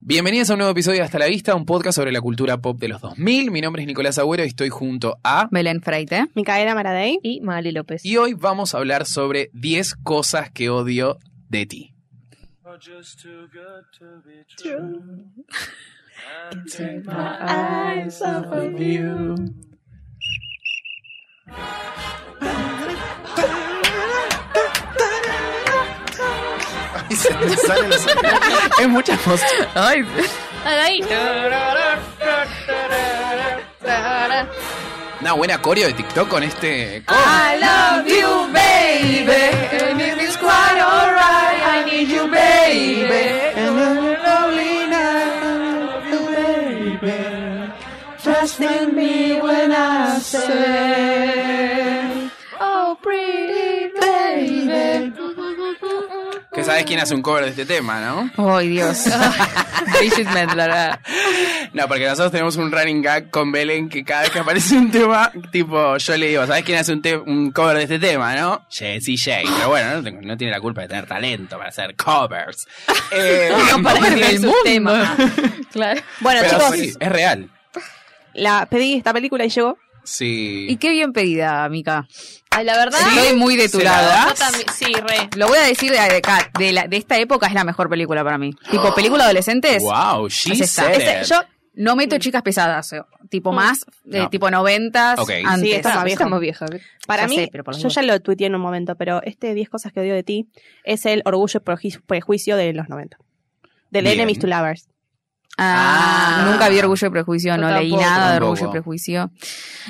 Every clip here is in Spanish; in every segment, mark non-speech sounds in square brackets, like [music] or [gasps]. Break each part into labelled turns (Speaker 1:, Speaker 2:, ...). Speaker 1: Bienvenidos a un nuevo episodio de Hasta la Vista, un podcast sobre la cultura pop de los 2000. Mi nombre es Nicolás Agüero y estoy junto a...
Speaker 2: Belén Freite.
Speaker 3: Micaela Maradei.
Speaker 2: Y Mali López.
Speaker 1: Y hoy vamos a hablar sobre 10 cosas que odio de ti.
Speaker 2: Ah,
Speaker 1: Y se me salen los- es mucha voz.
Speaker 2: Ay,
Speaker 1: Una buena coreo de TikTok con este... coro.
Speaker 2: I love you, baby. And if it's quite alright, I need you, baby.
Speaker 1: Que sabes quién hace un cover de este tema, ¿no?
Speaker 2: Ay, Dios. Bridget Mendler. ah.
Speaker 1: No, porque nosotros tenemos un running gag con Belén que cada vez que aparece un tema, tipo, yo le digo, ¿sabes quién hace un, te- un cover de este tema, no? Jessie J. Pero bueno, no, tengo- no tiene la culpa de tener talento para hacer
Speaker 2: [laughs]
Speaker 1: covers. Eh,
Speaker 2: No, para
Speaker 1: pero
Speaker 2: el
Speaker 1: sí,
Speaker 2: mundo. Claro.
Speaker 3: Bueno, chicos,
Speaker 1: sí, es real.
Speaker 3: la pedí esta película y llegó.
Speaker 1: Sí.
Speaker 2: Y qué bien pedida, Mica.
Speaker 4: Ay, la verdad.
Speaker 2: Estoy muy de tu
Speaker 1: ¿Se la
Speaker 2: lado.
Speaker 1: das?
Speaker 4: yo también- sí, re.
Speaker 2: Lo voy a decir de, de acá, de la- de esta época es la mejor película para mí. Tipo, película adolescentes.
Speaker 1: Wow, she
Speaker 2: es esta.
Speaker 1: said
Speaker 2: Ese-
Speaker 1: it.
Speaker 2: yo no meto chicas pesadas, eh, tipo más, de
Speaker 1: No.
Speaker 2: tipo noventas,
Speaker 1: Ok.
Speaker 2: antes.
Speaker 3: Sí, esta es más vieja.
Speaker 4: vieja.
Speaker 3: Para
Speaker 2: Ya
Speaker 3: mí,
Speaker 2: sé, pero por las
Speaker 3: yo
Speaker 2: dudas.
Speaker 3: ya lo tuiteé en un momento, pero este 10 cosas que odio de ti es el orgullo y preju- prejuicio de los 90. Del
Speaker 1: Bien.
Speaker 3: Enemies to Lovers.
Speaker 2: Ah,
Speaker 1: Ah.
Speaker 2: nunca vi Orgullo y Prejuicio,
Speaker 4: Yo
Speaker 2: no leí
Speaker 4: tampoco.
Speaker 2: nada de
Speaker 1: Tampoco.
Speaker 2: Orgullo y Prejuicio.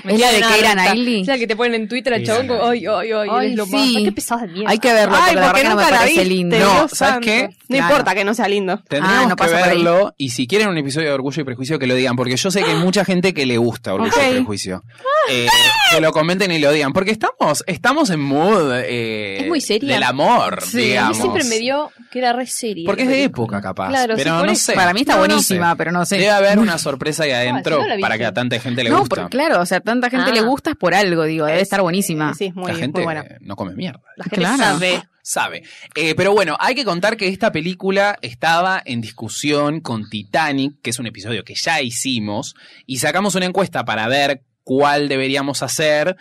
Speaker 2: ¿Es la de Keira Knightley?
Speaker 4: Es la que te ponen en Twitter al
Speaker 1: Sí,
Speaker 4: chabón
Speaker 1: Keira
Speaker 4: como, ay, ay, ay,
Speaker 2: Ay,
Speaker 4: eres lo
Speaker 2: sí.
Speaker 4: más. Ay, qué pesado de mierda.
Speaker 2: Hay que verlo, porque la verdad que no me parece lindo.
Speaker 1: No,
Speaker 3: Dios
Speaker 1: ¿sabes qué?
Speaker 3: No
Speaker 2: Claro.
Speaker 3: importa que no sea lindo.
Speaker 1: Tendríamos
Speaker 2: Ah, no
Speaker 1: que
Speaker 2: pasa por ahí.
Speaker 1: verlo y si quieren un episodio de Orgullo y Prejuicio que lo digan, porque yo sé que hay mucha gente que le gusta Orgullo
Speaker 3: Ok.
Speaker 1: y Prejuicio. Eh, que lo comenten y lo digan, porque estamos estamos en mood eh,
Speaker 4: Es muy seria.
Speaker 1: del amor,
Speaker 2: Sí,
Speaker 4: A mí
Speaker 1: digamos.
Speaker 4: siempre me dio que era re seria.
Speaker 1: Porque es de
Speaker 4: Pero-
Speaker 1: época capaz,
Speaker 4: Claro, sí,
Speaker 1: pero
Speaker 4: por
Speaker 1: no
Speaker 4: eso.
Speaker 1: sé.
Speaker 2: Para mí está
Speaker 1: No, no
Speaker 2: buenísima,
Speaker 1: sé.
Speaker 2: pero no sé.
Speaker 1: Debe haber una sorpresa ahí adentro
Speaker 4: Ah, yo no la vi.
Speaker 1: para que a tanta gente le
Speaker 2: no,
Speaker 1: gusta.
Speaker 2: por- claro, o sea, tanta gente
Speaker 4: Ah.
Speaker 2: le gusta es por algo, digo, debe estar buenísima.
Speaker 3: Sí, es muy,
Speaker 1: la gente
Speaker 3: muy buena.
Speaker 1: eh, no come mierda.
Speaker 4: La gente
Speaker 2: Claro.
Speaker 4: sabe.
Speaker 1: Sabe. Eh, pero bueno, hay que contar que esta película estaba en discusión con Titanic, que es un episodio que ya hicimos, y sacamos una encuesta para ver cuál deberíamos hacer,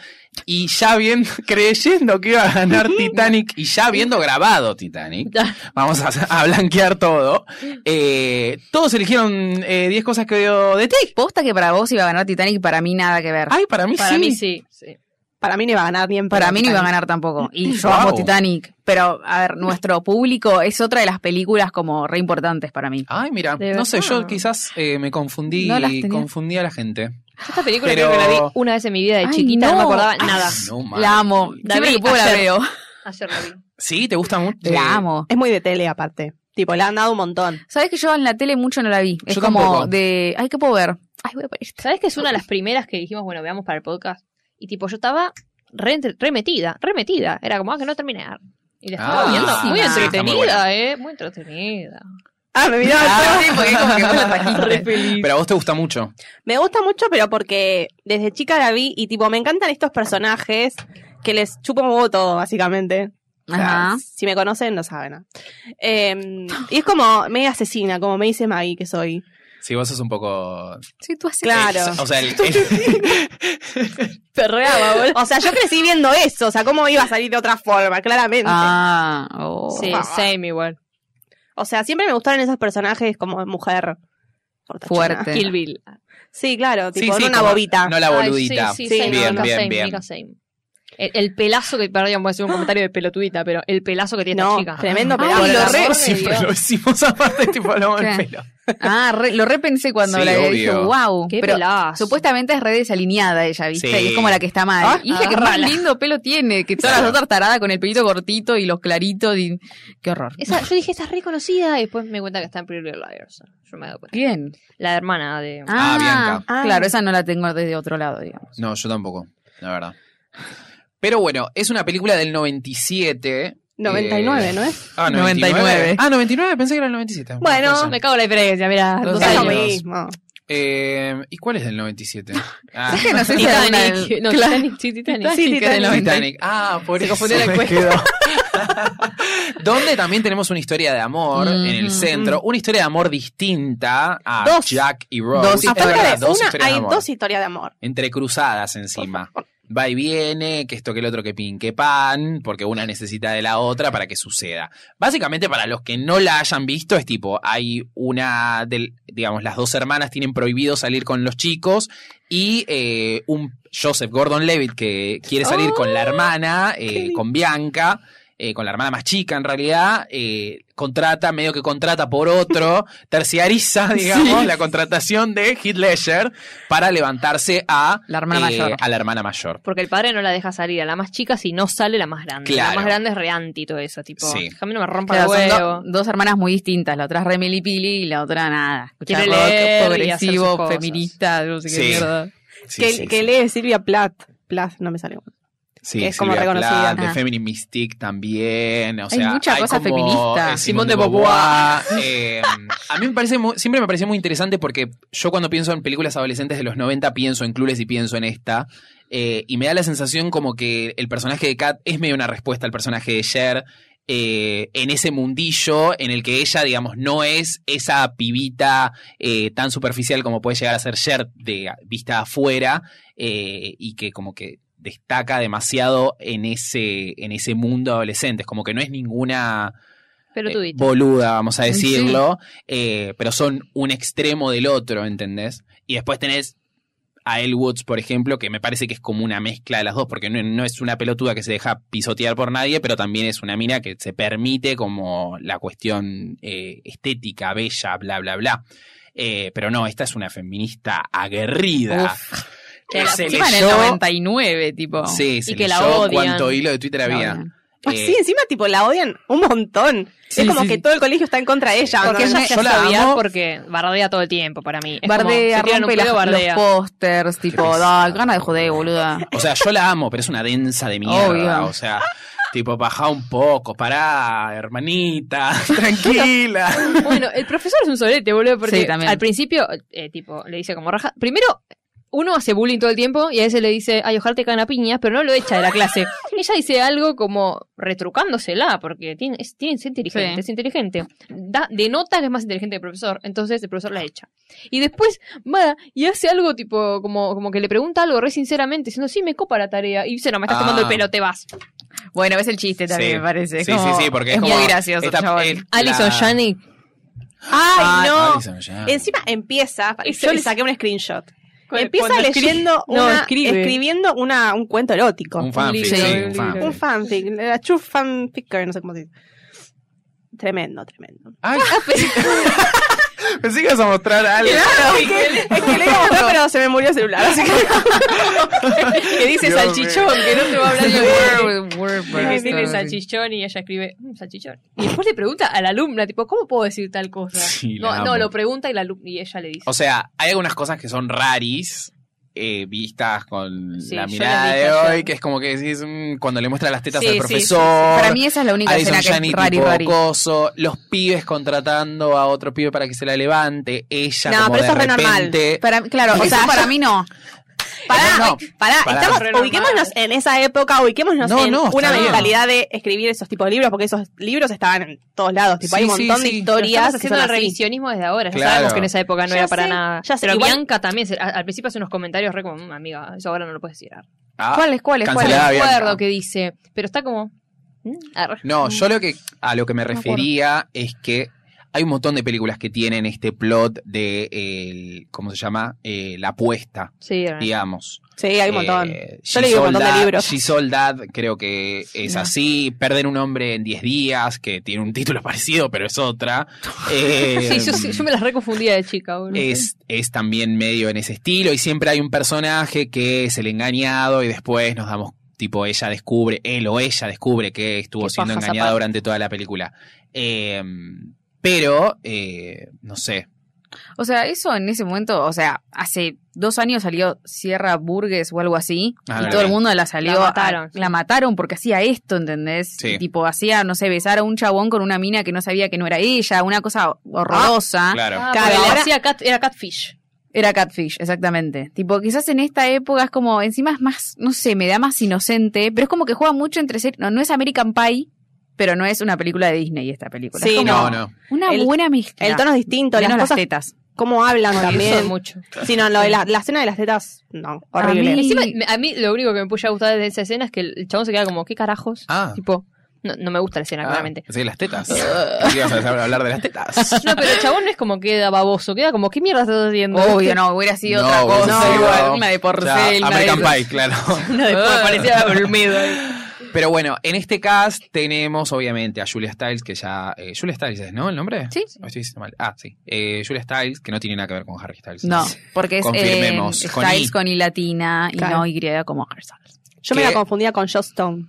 Speaker 1: y ya bien [laughs] creyendo que iba a ganar Titanic, y ya habiendo grabado Titanic, vamos a, a blanquear todo, eh, todos eligieron eh, 10 cosas que odio de ti.
Speaker 2: Posta que para vos iba a ganar Titanic, para mí nada que ver.
Speaker 1: Ay, para mí
Speaker 4: Para
Speaker 1: sí.
Speaker 4: mí sí. sí.
Speaker 3: Para mí no iba a ganar bien.
Speaker 2: Para mí no iba a ganar tampoco. Y yo
Speaker 1: Wow.
Speaker 2: amo Titanic. Pero, a ver, nuestro público es otra de las películas como re importantes para mí.
Speaker 1: Ay, mira,
Speaker 4: De
Speaker 1: no sé,
Speaker 4: verdad.
Speaker 1: yo quizás eh, me confundí
Speaker 2: No las
Speaker 1: y
Speaker 2: tenía.
Speaker 1: confundí a la gente.
Speaker 4: Esta película
Speaker 1: Pero-
Speaker 4: creo que la vi una vez en mi vida de
Speaker 2: Ay,
Speaker 4: chiquita, no,
Speaker 2: no.
Speaker 4: me acordaba nada.
Speaker 1: No, mal.
Speaker 2: La amo.
Speaker 4: La
Speaker 2: Siempre
Speaker 4: vi
Speaker 2: que puedo la
Speaker 4: ayer.
Speaker 2: veo.
Speaker 4: Ayer la vi.
Speaker 1: Sí, te gusta mucho. [laughs]
Speaker 2: La amo.
Speaker 3: Es muy de tele aparte. Tipo, le han dado un montón.
Speaker 2: Sabes que yo en la tele mucho no la vi. Es
Speaker 1: Yo
Speaker 2: como
Speaker 1: tampoco.
Speaker 2: de. Ay, ¿qué puedo ver? Ay, voy a poner
Speaker 4: [laughs]
Speaker 2: esta.
Speaker 4: ¿Sabes que es una de las primeras que dijimos, bueno, veamos para el podcast? Y tipo, yo estaba re, entre- re metida, re metida. Era como, ah, que no terminar. Y la estaba
Speaker 2: Ah,
Speaker 4: viendo muy
Speaker 2: buenísima.
Speaker 4: entretenida,
Speaker 1: Está muy buena.
Speaker 4: ¿eh? Muy entretenida.
Speaker 3: Ah, [laughs] me miraba.
Speaker 2: sí, porque es como que [laughs] vos la trajiste.
Speaker 4: feliz.
Speaker 1: Pero a vos te gusta mucho.
Speaker 3: Me gusta mucho, pero porque desde chica la vi y tipo, me encantan estos personajes que les chupo un huevo todo, básicamente. Ah,
Speaker 2: Ajá.
Speaker 3: Si me conocen, lo saben. ¿no? Eh, y es como media asesina, como me dice Maggie que soy.
Speaker 1: Sí, vos sos un poco. eh,
Speaker 2: Sí, tú haces.
Speaker 3: Claro.
Speaker 1: O sea, el- el-
Speaker 4: Perreaba, boludo.
Speaker 3: [laughs] O sea, yo crecí viendo eso, o sea, cómo iba a salir de otra forma, claramente.
Speaker 2: Ah, oh.
Speaker 4: Sí, same igual.
Speaker 3: O sea, siempre me gustaron esos personajes como mujer. fortachona.
Speaker 2: Fuerte.
Speaker 4: Kill Bill.
Speaker 3: Sí, claro,
Speaker 1: Sí,
Speaker 3: tipo,
Speaker 1: sí,
Speaker 3: no una
Speaker 1: como-
Speaker 3: bobita.
Speaker 1: no la boludita.
Speaker 4: Ay, sí, sí,
Speaker 3: Sí,
Speaker 4: same,
Speaker 3: bien,
Speaker 4: Mica,
Speaker 1: bien,
Speaker 4: same,
Speaker 1: bien.
Speaker 4: Mica, same. El, el pelazo que, perdón, voy a hacer un comentario de pelotudita, pero el pelazo que tiene
Speaker 3: No,
Speaker 4: esta chica. Ah,
Speaker 3: tremendo
Speaker 2: Ay,
Speaker 3: pedazo.
Speaker 2: lo
Speaker 3: Por el
Speaker 2: re-
Speaker 3: amor de
Speaker 1: Siempre
Speaker 3: Dios.
Speaker 1: lo hicimos aparte, tipo, lo el
Speaker 2: ¿Qué?
Speaker 1: pelo.
Speaker 2: Ah, re- lo repensé cuando
Speaker 1: Sí,
Speaker 2: la vi. Dije,
Speaker 1: obvio.
Speaker 2: wow.
Speaker 4: Qué
Speaker 2: Pero
Speaker 4: pelazo.
Speaker 2: supuestamente es re desalineada ella, ¿viste?
Speaker 1: Sí.
Speaker 2: Y es como la que está mal.
Speaker 3: Ah,
Speaker 2: y es la que
Speaker 4: ah,
Speaker 2: más
Speaker 4: rala.
Speaker 2: lindo pelo tiene. Que todas
Speaker 1: Claro.
Speaker 2: las otras taradas con el pelito cortito y los claritos. y- Qué horror.
Speaker 4: Esa, yo dije, esta es reconocida, y después me di cuenta que está en Pretty Little Liars. Yo me he dado cuenta.
Speaker 2: Bien.
Speaker 4: La hermana de...
Speaker 1: Ah, Bianca.
Speaker 3: Ah.
Speaker 2: Claro, esa no la tengo desde otro lado, digamos.
Speaker 1: No, yo tampoco, la verdad. Pero bueno, es una película del 97.
Speaker 3: 99,
Speaker 1: eh,
Speaker 3: ¿no es?
Speaker 1: Ah,
Speaker 2: 99.
Speaker 1: Ah, 99, pensé que era el 97.
Speaker 3: Bueno,
Speaker 1: Puede ser.
Speaker 4: Me cago en la diferencia, mira.
Speaker 1: Dos
Speaker 4: Dos
Speaker 3: Eh, Es lo
Speaker 1: años.
Speaker 4: años.
Speaker 3: mismo.
Speaker 1: Eh, ¿Y cuál es del 97? Ah,
Speaker 2: que no sé si alguna-
Speaker 4: Titanic. No,
Speaker 2: Claro.
Speaker 4: Titanic, sí, Titanic.
Speaker 2: Sí,
Speaker 3: Titanic.
Speaker 2: Titanic.
Speaker 1: Titanic. Ah, por
Speaker 4: Se
Speaker 1: eso
Speaker 4: confundió la
Speaker 1: me
Speaker 4: encuesta.
Speaker 1: quedó. [laughs] Donde también tenemos una historia de amor en el
Speaker 2: Ujú.
Speaker 1: centro, una historia de amor distinta a
Speaker 3: Dos.
Speaker 1: Jack y Rose.
Speaker 2: Dos
Speaker 1: Es
Speaker 2: historias.
Speaker 1: verdad,
Speaker 3: Aparte de
Speaker 1: dos
Speaker 3: una,
Speaker 1: historias de
Speaker 3: hay
Speaker 1: amor.
Speaker 3: dos historias de amor.
Speaker 1: Entre cruzadas encima. Va y viene, que esto, que el otro, que pin, que pan, porque una necesita de la otra para que suceda. Básicamente, para los que no la hayan visto, es tipo, hay una del, digamos, las dos hermanas tienen prohibido salir con los chicos y eh, un Joseph Gordon Levitt que quiere salir con la hermana, eh, con Bianca. eh, con la hermana más chica en realidad, eh, contrata, medio que contrata por otro, terciariza, digamos, la contratación de Heath Ledger para levantarse a
Speaker 2: La hermana
Speaker 1: eh,
Speaker 2: mayor.
Speaker 1: a la hermana mayor.
Speaker 4: Porque el padre no la deja salir a la más chica si no sale la más grande.
Speaker 1: Claro.
Speaker 4: La más grande es reanti y todo eso, tipo.
Speaker 1: Sí.
Speaker 4: A mí no me rompa
Speaker 2: Claro, son
Speaker 4: el
Speaker 2: do-
Speaker 4: huevo.
Speaker 2: dos hermanas muy distintas. La otra es Remily Pili y la otra nada. Escucha
Speaker 4: Quiere
Speaker 2: rock,
Speaker 4: leer y hacer sus
Speaker 2: progresivo,
Speaker 4: cosas.
Speaker 2: feminista, no sé qué
Speaker 1: Sí.
Speaker 2: mierda.
Speaker 1: Sí,
Speaker 3: que
Speaker 1: sí,
Speaker 3: que
Speaker 1: sí.
Speaker 3: lee Silvia Plath. Plath, no me salió.
Speaker 1: Sí,
Speaker 3: que es como
Speaker 1: Silvia
Speaker 3: reconocida.
Speaker 1: Plath, de
Speaker 2: Ah.
Speaker 1: Feminine Mystique también. O sea,
Speaker 2: mucha cosa
Speaker 1: como,
Speaker 2: feminista.
Speaker 1: eh,
Speaker 2: Simone
Speaker 1: Simone
Speaker 2: de
Speaker 1: de Beauvoir. eh, [laughs] a mí me parece muy- siempre me pareció muy interesante porque yo cuando pienso en películas adolescentes de los 90 pienso en Clueless y pienso en esta. eh, y me da la sensación como que el personaje de Kat es medio una respuesta al personaje de Cher. eh, en ese mundillo en el que ella, digamos, no es esa pibita eh, tan superficial como puede llegar a ser Cher de vista afuera, eh, y que como que destaca demasiado en ese, en ese mundo adolescente. Es como que no es ninguna
Speaker 4: Pero
Speaker 1: eh,
Speaker 4: tú viste.
Speaker 1: boluda, vamos a decirlo, eh, pero son un extremo del otro, ¿entendés? Y después tenés a Elle Woods, por ejemplo, que me parece que es como una mezcla de las dos, porque no, no es una pelotuda que se deja pisotear por nadie, pero también es una mina que se permite como la cuestión eh, estética, bella, bla, bla, bla. Eh, pero no, esta es una feminista aguerrida.
Speaker 2: Que
Speaker 1: Que se
Speaker 2: encima en el
Speaker 1: leyó-
Speaker 2: 99, tipo.
Speaker 1: Sí, se
Speaker 4: que
Speaker 1: leyó
Speaker 4: la odian.
Speaker 1: cuánto hilo de Twitter había.
Speaker 2: No, no.
Speaker 3: Ah,
Speaker 1: Eh,
Speaker 3: sí, encima tipo la odian un montón.
Speaker 2: Sí,
Speaker 3: es como
Speaker 2: sí,
Speaker 3: que
Speaker 2: sí.
Speaker 3: todo el colegio está en contra de ella. aunque
Speaker 4: Porque ella
Speaker 3: ella
Speaker 4: se
Speaker 1: yo la
Speaker 4: hace odiar
Speaker 1: amo.
Speaker 4: porque bardea todo el tiempo para mí. Es
Speaker 2: Bardea,
Speaker 4: como, se tiran un
Speaker 2: rompe
Speaker 4: pedo,
Speaker 2: las-
Speaker 4: bardea.
Speaker 2: los pósters, tipo,
Speaker 1: pesado.
Speaker 2: da, gana de joder, boluda.
Speaker 1: O sea, yo la amo, pero es una densa de mierda.
Speaker 2: Obvio.
Speaker 1: O sea, tipo, baja un poco, pará, hermanita, [laughs]
Speaker 2: [laughs]
Speaker 1: tranquila.
Speaker 4: Bueno, el profesor es un solete, boludo, porque
Speaker 2: Sí, también.
Speaker 4: al principio, eh, tipo, le dice como raja. Primero, uno hace bullying todo el tiempo y a ese le dice, ay, ojalá te caen a piñas, pero no lo echa de la [laughs] clase. Ella dice algo como retrucándosela, porque tiene, es, tiene- es inteligente,
Speaker 2: Sí.
Speaker 4: es inteligente. Da, denota que es más inteligente que el profesor, entonces el profesor la echa. Y después va y hace algo tipo, como, como que le pregunta algo re sinceramente, diciendo, sí, me copa la tarea. Y dice, no, me estás
Speaker 1: Ah.
Speaker 4: tomando el pelo, te vas.
Speaker 2: Bueno, es el chiste también,
Speaker 1: Sí.
Speaker 2: me parece. Es
Speaker 1: Sí, sí,
Speaker 2: como-
Speaker 1: sí, porque es
Speaker 2: es
Speaker 1: como-
Speaker 2: muy gracioso,
Speaker 1: esta-
Speaker 2: chabón.
Speaker 1: el-
Speaker 4: Alison
Speaker 1: La- Ah,
Speaker 4: Yannick.
Speaker 3: Ay, no.
Speaker 1: Alison, ya.
Speaker 3: Encima empieza,
Speaker 4: Es-
Speaker 3: yo le
Speaker 4: es-
Speaker 3: saqué un screenshot.
Speaker 4: Cu-
Speaker 3: empieza
Speaker 4: cuando
Speaker 3: leyendo
Speaker 4: escribe- [laughs] no,
Speaker 3: una-
Speaker 4: escribe.
Speaker 3: escribiendo una, un cuento erótico.
Speaker 1: Un fanfic,
Speaker 2: libro,
Speaker 1: sí,
Speaker 2: un
Speaker 1: un
Speaker 4: libro.
Speaker 1: fanfic.
Speaker 3: Un fanfic, la true fanficker, no sé cómo se dice.
Speaker 1: [laughs]
Speaker 3: Tremendo, tremendo.
Speaker 1: Ay, pensé que ibas a mostrar algo. [laughs]
Speaker 3: es que, es que le iba a mostrar, pero se me murió el celular, así
Speaker 1: [laughs]
Speaker 3: que
Speaker 4: que dice
Speaker 1: Dios
Speaker 4: salchichón, que no te va a hablar
Speaker 2: Sí,
Speaker 4: de
Speaker 2: Word- [laughs] Word- Word-
Speaker 4: Porque tiene
Speaker 2: Word-
Speaker 4: salchichón y ella escribe "Mm, salchichón.
Speaker 3: [laughs]
Speaker 4: Y después le pregunta a la alumna, tipo, ¿cómo puedo decir tal cosa?
Speaker 1: Sí, la
Speaker 4: no, no,
Speaker 1: amo.
Speaker 4: lo pregunta y, la alum- y ella le dice.
Speaker 1: O sea, hay algunas cosas que son raris. eh, vistas con
Speaker 4: Sí,
Speaker 1: la
Speaker 4: yo
Speaker 1: mirada
Speaker 4: las vi
Speaker 1: de
Speaker 4: ayer.
Speaker 1: hoy, que es como que decís mm, cuando le muestra las tetas
Speaker 4: Sí,
Speaker 1: al
Speaker 4: sí,
Speaker 1: profesor.
Speaker 2: Para mí esa es la única
Speaker 1: Alison
Speaker 2: escena que
Speaker 1: Janney
Speaker 2: es rari,
Speaker 1: tipo
Speaker 2: rari.
Speaker 1: acoso, los pibes contratando a otro pibe para que se la levante, ella
Speaker 3: No,
Speaker 1: como
Speaker 3: pero
Speaker 1: de
Speaker 3: eso es re normal.
Speaker 1: repente...
Speaker 2: Para, claro, o sea,
Speaker 3: [laughs]
Speaker 2: para mí no.
Speaker 3: Pará,
Speaker 1: No, no,
Speaker 3: pará,
Speaker 1: pará.
Speaker 3: estamos,
Speaker 4: Re normal.
Speaker 3: ubiquémonos en esa época, ubiquémonos
Speaker 1: No,
Speaker 3: en
Speaker 1: no, está
Speaker 3: una
Speaker 1: bien.
Speaker 3: mentalidad de escribir esos tipos de libros, porque esos libros estaban en todos lados, tipo, hay un
Speaker 1: Sí, sí,
Speaker 3: montón de
Speaker 1: sí.
Speaker 4: Pero estamos
Speaker 3: historias que
Speaker 4: haciendo
Speaker 3: son
Speaker 4: el
Speaker 3: así.
Speaker 4: revisionismo desde ahora. Ya
Speaker 1: Claro.
Speaker 4: sabemos que en esa época no
Speaker 3: Ya
Speaker 4: era para
Speaker 3: sé,
Speaker 4: nada.
Speaker 3: ya sé.
Speaker 4: Pero
Speaker 3: Igual-
Speaker 4: Bianca también, se- al, al principio hace unos comentarios re como, "Mm, amiga, eso ahora no lo puedes tirar.
Speaker 1: Ah,
Speaker 2: ¿Cuáles, cuáles,
Speaker 1: cancelada.
Speaker 2: cuáles?
Speaker 1: Ah,
Speaker 4: Me
Speaker 1: Bianca.
Speaker 4: acuerdo que dice, pero está como... "Mm, arre".
Speaker 1: No, yo lo que a lo que me refería es que hay un montón de películas que tienen este plot de eh, el- ¿cómo se llama? Eh, la apuesta,
Speaker 4: Sí, arre.
Speaker 1: digamos.
Speaker 3: Sí, Ah. hay un montón.
Speaker 1: Eh,
Speaker 3: Yo
Speaker 1: She
Speaker 3: leí un montón de
Speaker 1: Sold That-
Speaker 3: libros.
Speaker 1: She Sold That, creo que es así. Perder un hombre en 10 días, que tiene un título [laughs] parecido, pero es
Speaker 3: [laughs]
Speaker 1: otra. Eh,
Speaker 4: Sí, yo, sí, yo me las reconfundía de chica, boludo.
Speaker 1: es, es también medio en ese estilo y siempre hay un personaje que es el engañado y después nos damos tipo ella descubre, él o ella descubre que estuvo
Speaker 4: Qué
Speaker 1: siendo
Speaker 4: paja esa
Speaker 1: engañada
Speaker 4: parte.
Speaker 1: durante toda la película. Eh, pero, eh, no sé.
Speaker 2: O sea, eso en ese momento, o sea, hace dos años salió Sierra Burgess o algo así,
Speaker 1: Ah,
Speaker 2: y
Speaker 1: la
Speaker 2: todo
Speaker 1: vi.
Speaker 2: el mundo la salió.
Speaker 4: La mataron,
Speaker 2: a-
Speaker 4: sí.
Speaker 2: la mataron porque hacía esto, ¿entendés?
Speaker 1: Sí.
Speaker 2: Y tipo, hacía, no sé, besar a un chabón con una mina que no sabía que no era ella, una cosa horrorosa.
Speaker 1: Claro.
Speaker 4: Ah,
Speaker 3: Claro,
Speaker 4: porque le
Speaker 3: ahora-
Speaker 4: hacía cat- era catfish.
Speaker 2: Era Catfish, exactamente. Tipo, quizás en esta época es como, encima es más, no sé, me da más inocente, pero es como que juega mucho entre ser, no, no es American Pie, pero no es una película de Disney esta película.
Speaker 3: Sí,
Speaker 2: Es como
Speaker 1: No, no.
Speaker 2: Una
Speaker 3: El-
Speaker 2: buena mezcla.
Speaker 3: El tono es distinto,
Speaker 2: Menos
Speaker 3: las
Speaker 2: las
Speaker 3: cosas,
Speaker 2: tetas.
Speaker 3: cómo hablan
Speaker 4: Eso es
Speaker 3: también.
Speaker 4: mucho.
Speaker 3: Sí, no, lo de la, la escena de las tetas, no, horrible.
Speaker 2: mí-
Speaker 4: Encima, me- a mí lo único que me puso a gustar de esa escena es que el chabón se queda como, ¿qué carajos?
Speaker 1: Ah.
Speaker 4: Tipo, no, no me gusta la escena,
Speaker 1: Ah,
Speaker 4: claramente.
Speaker 1: sí, las
Speaker 4: [laughs]
Speaker 1: tetas. ¿Qué ibas a hablar de las tetas?
Speaker 4: No, pero el chabón no es como queda baboso, queda como, ¿qué mierda estás haciendo?
Speaker 2: Obvio, no, hubiera sido otra
Speaker 1: vos
Speaker 2: cosa.
Speaker 1: sí,
Speaker 2: igual,
Speaker 1: no.
Speaker 2: una de porcel.
Speaker 1: Ya,
Speaker 2: una de
Speaker 1: American
Speaker 2: esas.
Speaker 1: Pie,
Speaker 2: [laughs]
Speaker 1: claro.
Speaker 4: Una de-
Speaker 1: [laughs]
Speaker 4: parecía Olmedo ahí.
Speaker 1: Pero bueno, en este cast tenemos obviamente a Julia Stiles, que ya. eh, Julia Stiles es, ¿no? ¿El nombre?
Speaker 4: Sí.
Speaker 1: ¿O estoy diciendo mal? Ah, sí. Eh, Julia Stiles, que no tiene nada que ver con Harry Styles.
Speaker 2: No, porque es eh,
Speaker 1: Confirmemos, con I.
Speaker 2: Styles con I latina y
Speaker 3: Claro.
Speaker 2: no Y como Arsenal.
Speaker 3: Yo me
Speaker 1: que-
Speaker 3: la confundía con Joss Stone.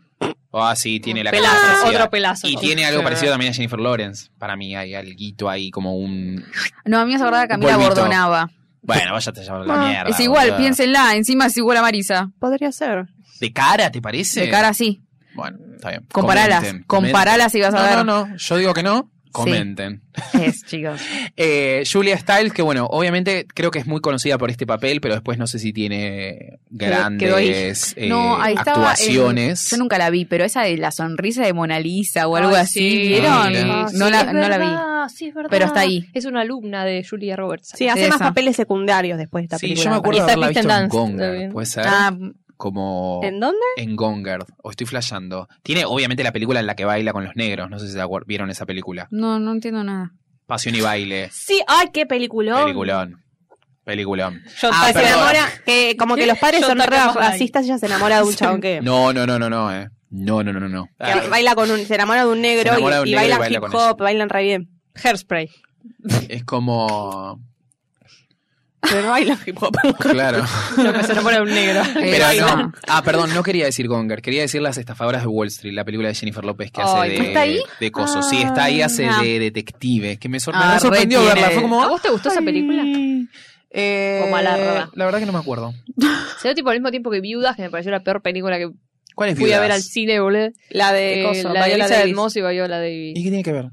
Speaker 1: Ah, sí, tiene la
Speaker 4: Pelazo,
Speaker 1: cara parecida.
Speaker 4: otro pelazo.
Speaker 1: Y tiene algo parecido también a Jennifer Lawrence. Para mí hay alguito ahí como un.
Speaker 2: No, a mí me acordaba de Camila
Speaker 1: polvito.
Speaker 2: Bordonaba.
Speaker 1: Bueno, váyate a llamar la
Speaker 3: Ah,
Speaker 1: mierda.
Speaker 2: es igual,
Speaker 1: boluda.
Speaker 2: piénsenla, encima es igual a Marisa.
Speaker 3: Podría ser.
Speaker 1: ¿De cara, te parece?
Speaker 2: De cara así.
Speaker 1: Bueno, está bien.
Speaker 2: Comparalas,
Speaker 1: Comenten,
Speaker 2: comparalas y vas a
Speaker 1: comenten.
Speaker 2: ver.
Speaker 1: No, no, no. Yo digo que no. Comenten.
Speaker 2: Es, chicos.
Speaker 1: Eh, Julia Stiles, que bueno, obviamente creo que es muy conocida por este papel, pero después no sé si tiene
Speaker 2: quedó ahí.
Speaker 1: grandes eh,
Speaker 2: no, ahí estaba.
Speaker 1: actuaciones.
Speaker 2: en- yo nunca la vi, pero esa de la sonrisa de Mona Lisa o algo
Speaker 4: Ay,
Speaker 2: así,
Speaker 4: sí.
Speaker 2: ¿vieron?
Speaker 1: Ah,
Speaker 2: no, la, no la vi.
Speaker 4: Sí, es verdad.
Speaker 2: Pero está ahí.
Speaker 4: Es una alumna de Julia Roberts.
Speaker 3: Sí, hace
Speaker 2: Sí,
Speaker 3: más
Speaker 2: esa.
Speaker 3: papeles secundarios después de esta
Speaker 1: Sí,
Speaker 3: película.
Speaker 1: yo me
Speaker 4: Y
Speaker 1: acuerdo de
Speaker 4: está
Speaker 1: haberla visto
Speaker 4: Kristen
Speaker 1: en
Speaker 4: Dunst
Speaker 1: Gonger,
Speaker 4: también.
Speaker 1: puede ser.
Speaker 2: Ah,
Speaker 1: como
Speaker 3: ¿En dónde?
Speaker 1: en Gonger, o estoy flasheando. Tiene obviamente la película en la que baila con los negros, no sé si se acuer- vieron esa película.
Speaker 2: no, no entiendo nada.
Speaker 1: Pasión y baile,
Speaker 3: Sí, ay, qué peliculón.
Speaker 1: peliculón. Peliculón.
Speaker 4: Yo
Speaker 1: Ah,
Speaker 3: Que se
Speaker 1: perdón.
Speaker 3: enamora, que como que los padres
Speaker 4: Yo
Speaker 3: son
Speaker 4: taco
Speaker 3: re
Speaker 4: más
Speaker 3: racistas y ella se enamora de un chabón que,
Speaker 1: No, no, no, no, no, eh. No, no, no, no, no.
Speaker 3: que baila con un, se enamora de un
Speaker 1: Ah, Se
Speaker 3: negro,
Speaker 1: enamora de un
Speaker 3: y, y
Speaker 1: negro y
Speaker 3: bailan
Speaker 1: baila
Speaker 3: hip
Speaker 1: con
Speaker 3: hop, bailan
Speaker 1: [laughs]
Speaker 3: re bien.
Speaker 4: Hairspray.
Speaker 1: Es como.
Speaker 3: Pero bailan hip hop.
Speaker 4: [laughs]
Speaker 1: Claro.
Speaker 4: Lo que se enamora de
Speaker 1: [laughs]
Speaker 4: un negro.
Speaker 1: Pero
Speaker 2: Eh,
Speaker 1: no.
Speaker 2: no.
Speaker 1: Ah, perdón, no quería decir Gonger, quería decir Las Estafadoras de Wall Street, la película de Jennifer López que hace
Speaker 4: Ay,
Speaker 1: de,
Speaker 2: ¿está ahí?
Speaker 1: de coso. Sí, está ahí, hace
Speaker 2: Ah.
Speaker 1: de detective, que me, sor-
Speaker 2: Ah,
Speaker 1: me
Speaker 2: re
Speaker 1: sorprendió
Speaker 2: tiene-
Speaker 1: verla. Fue como.
Speaker 4: ¿A vos te gustó esa película?
Speaker 1: "Ay". Eh,
Speaker 4: O malarda.
Speaker 1: La verdad que no me acuerdo.
Speaker 4: Se dio tipo al mismo tiempo que Viudas, que me pareció la peor película que
Speaker 1: ¿Cuál es
Speaker 4: fui a ver
Speaker 1: Viudas?
Speaker 4: al cine, boludo.
Speaker 3: La de
Speaker 4: Eh,
Speaker 3: coso,
Speaker 4: la de
Speaker 3: Viola
Speaker 4: Elizabeth
Speaker 3: Davis.
Speaker 4: Moss y Viola Davis.
Speaker 1: ¿Y qué tiene que ver?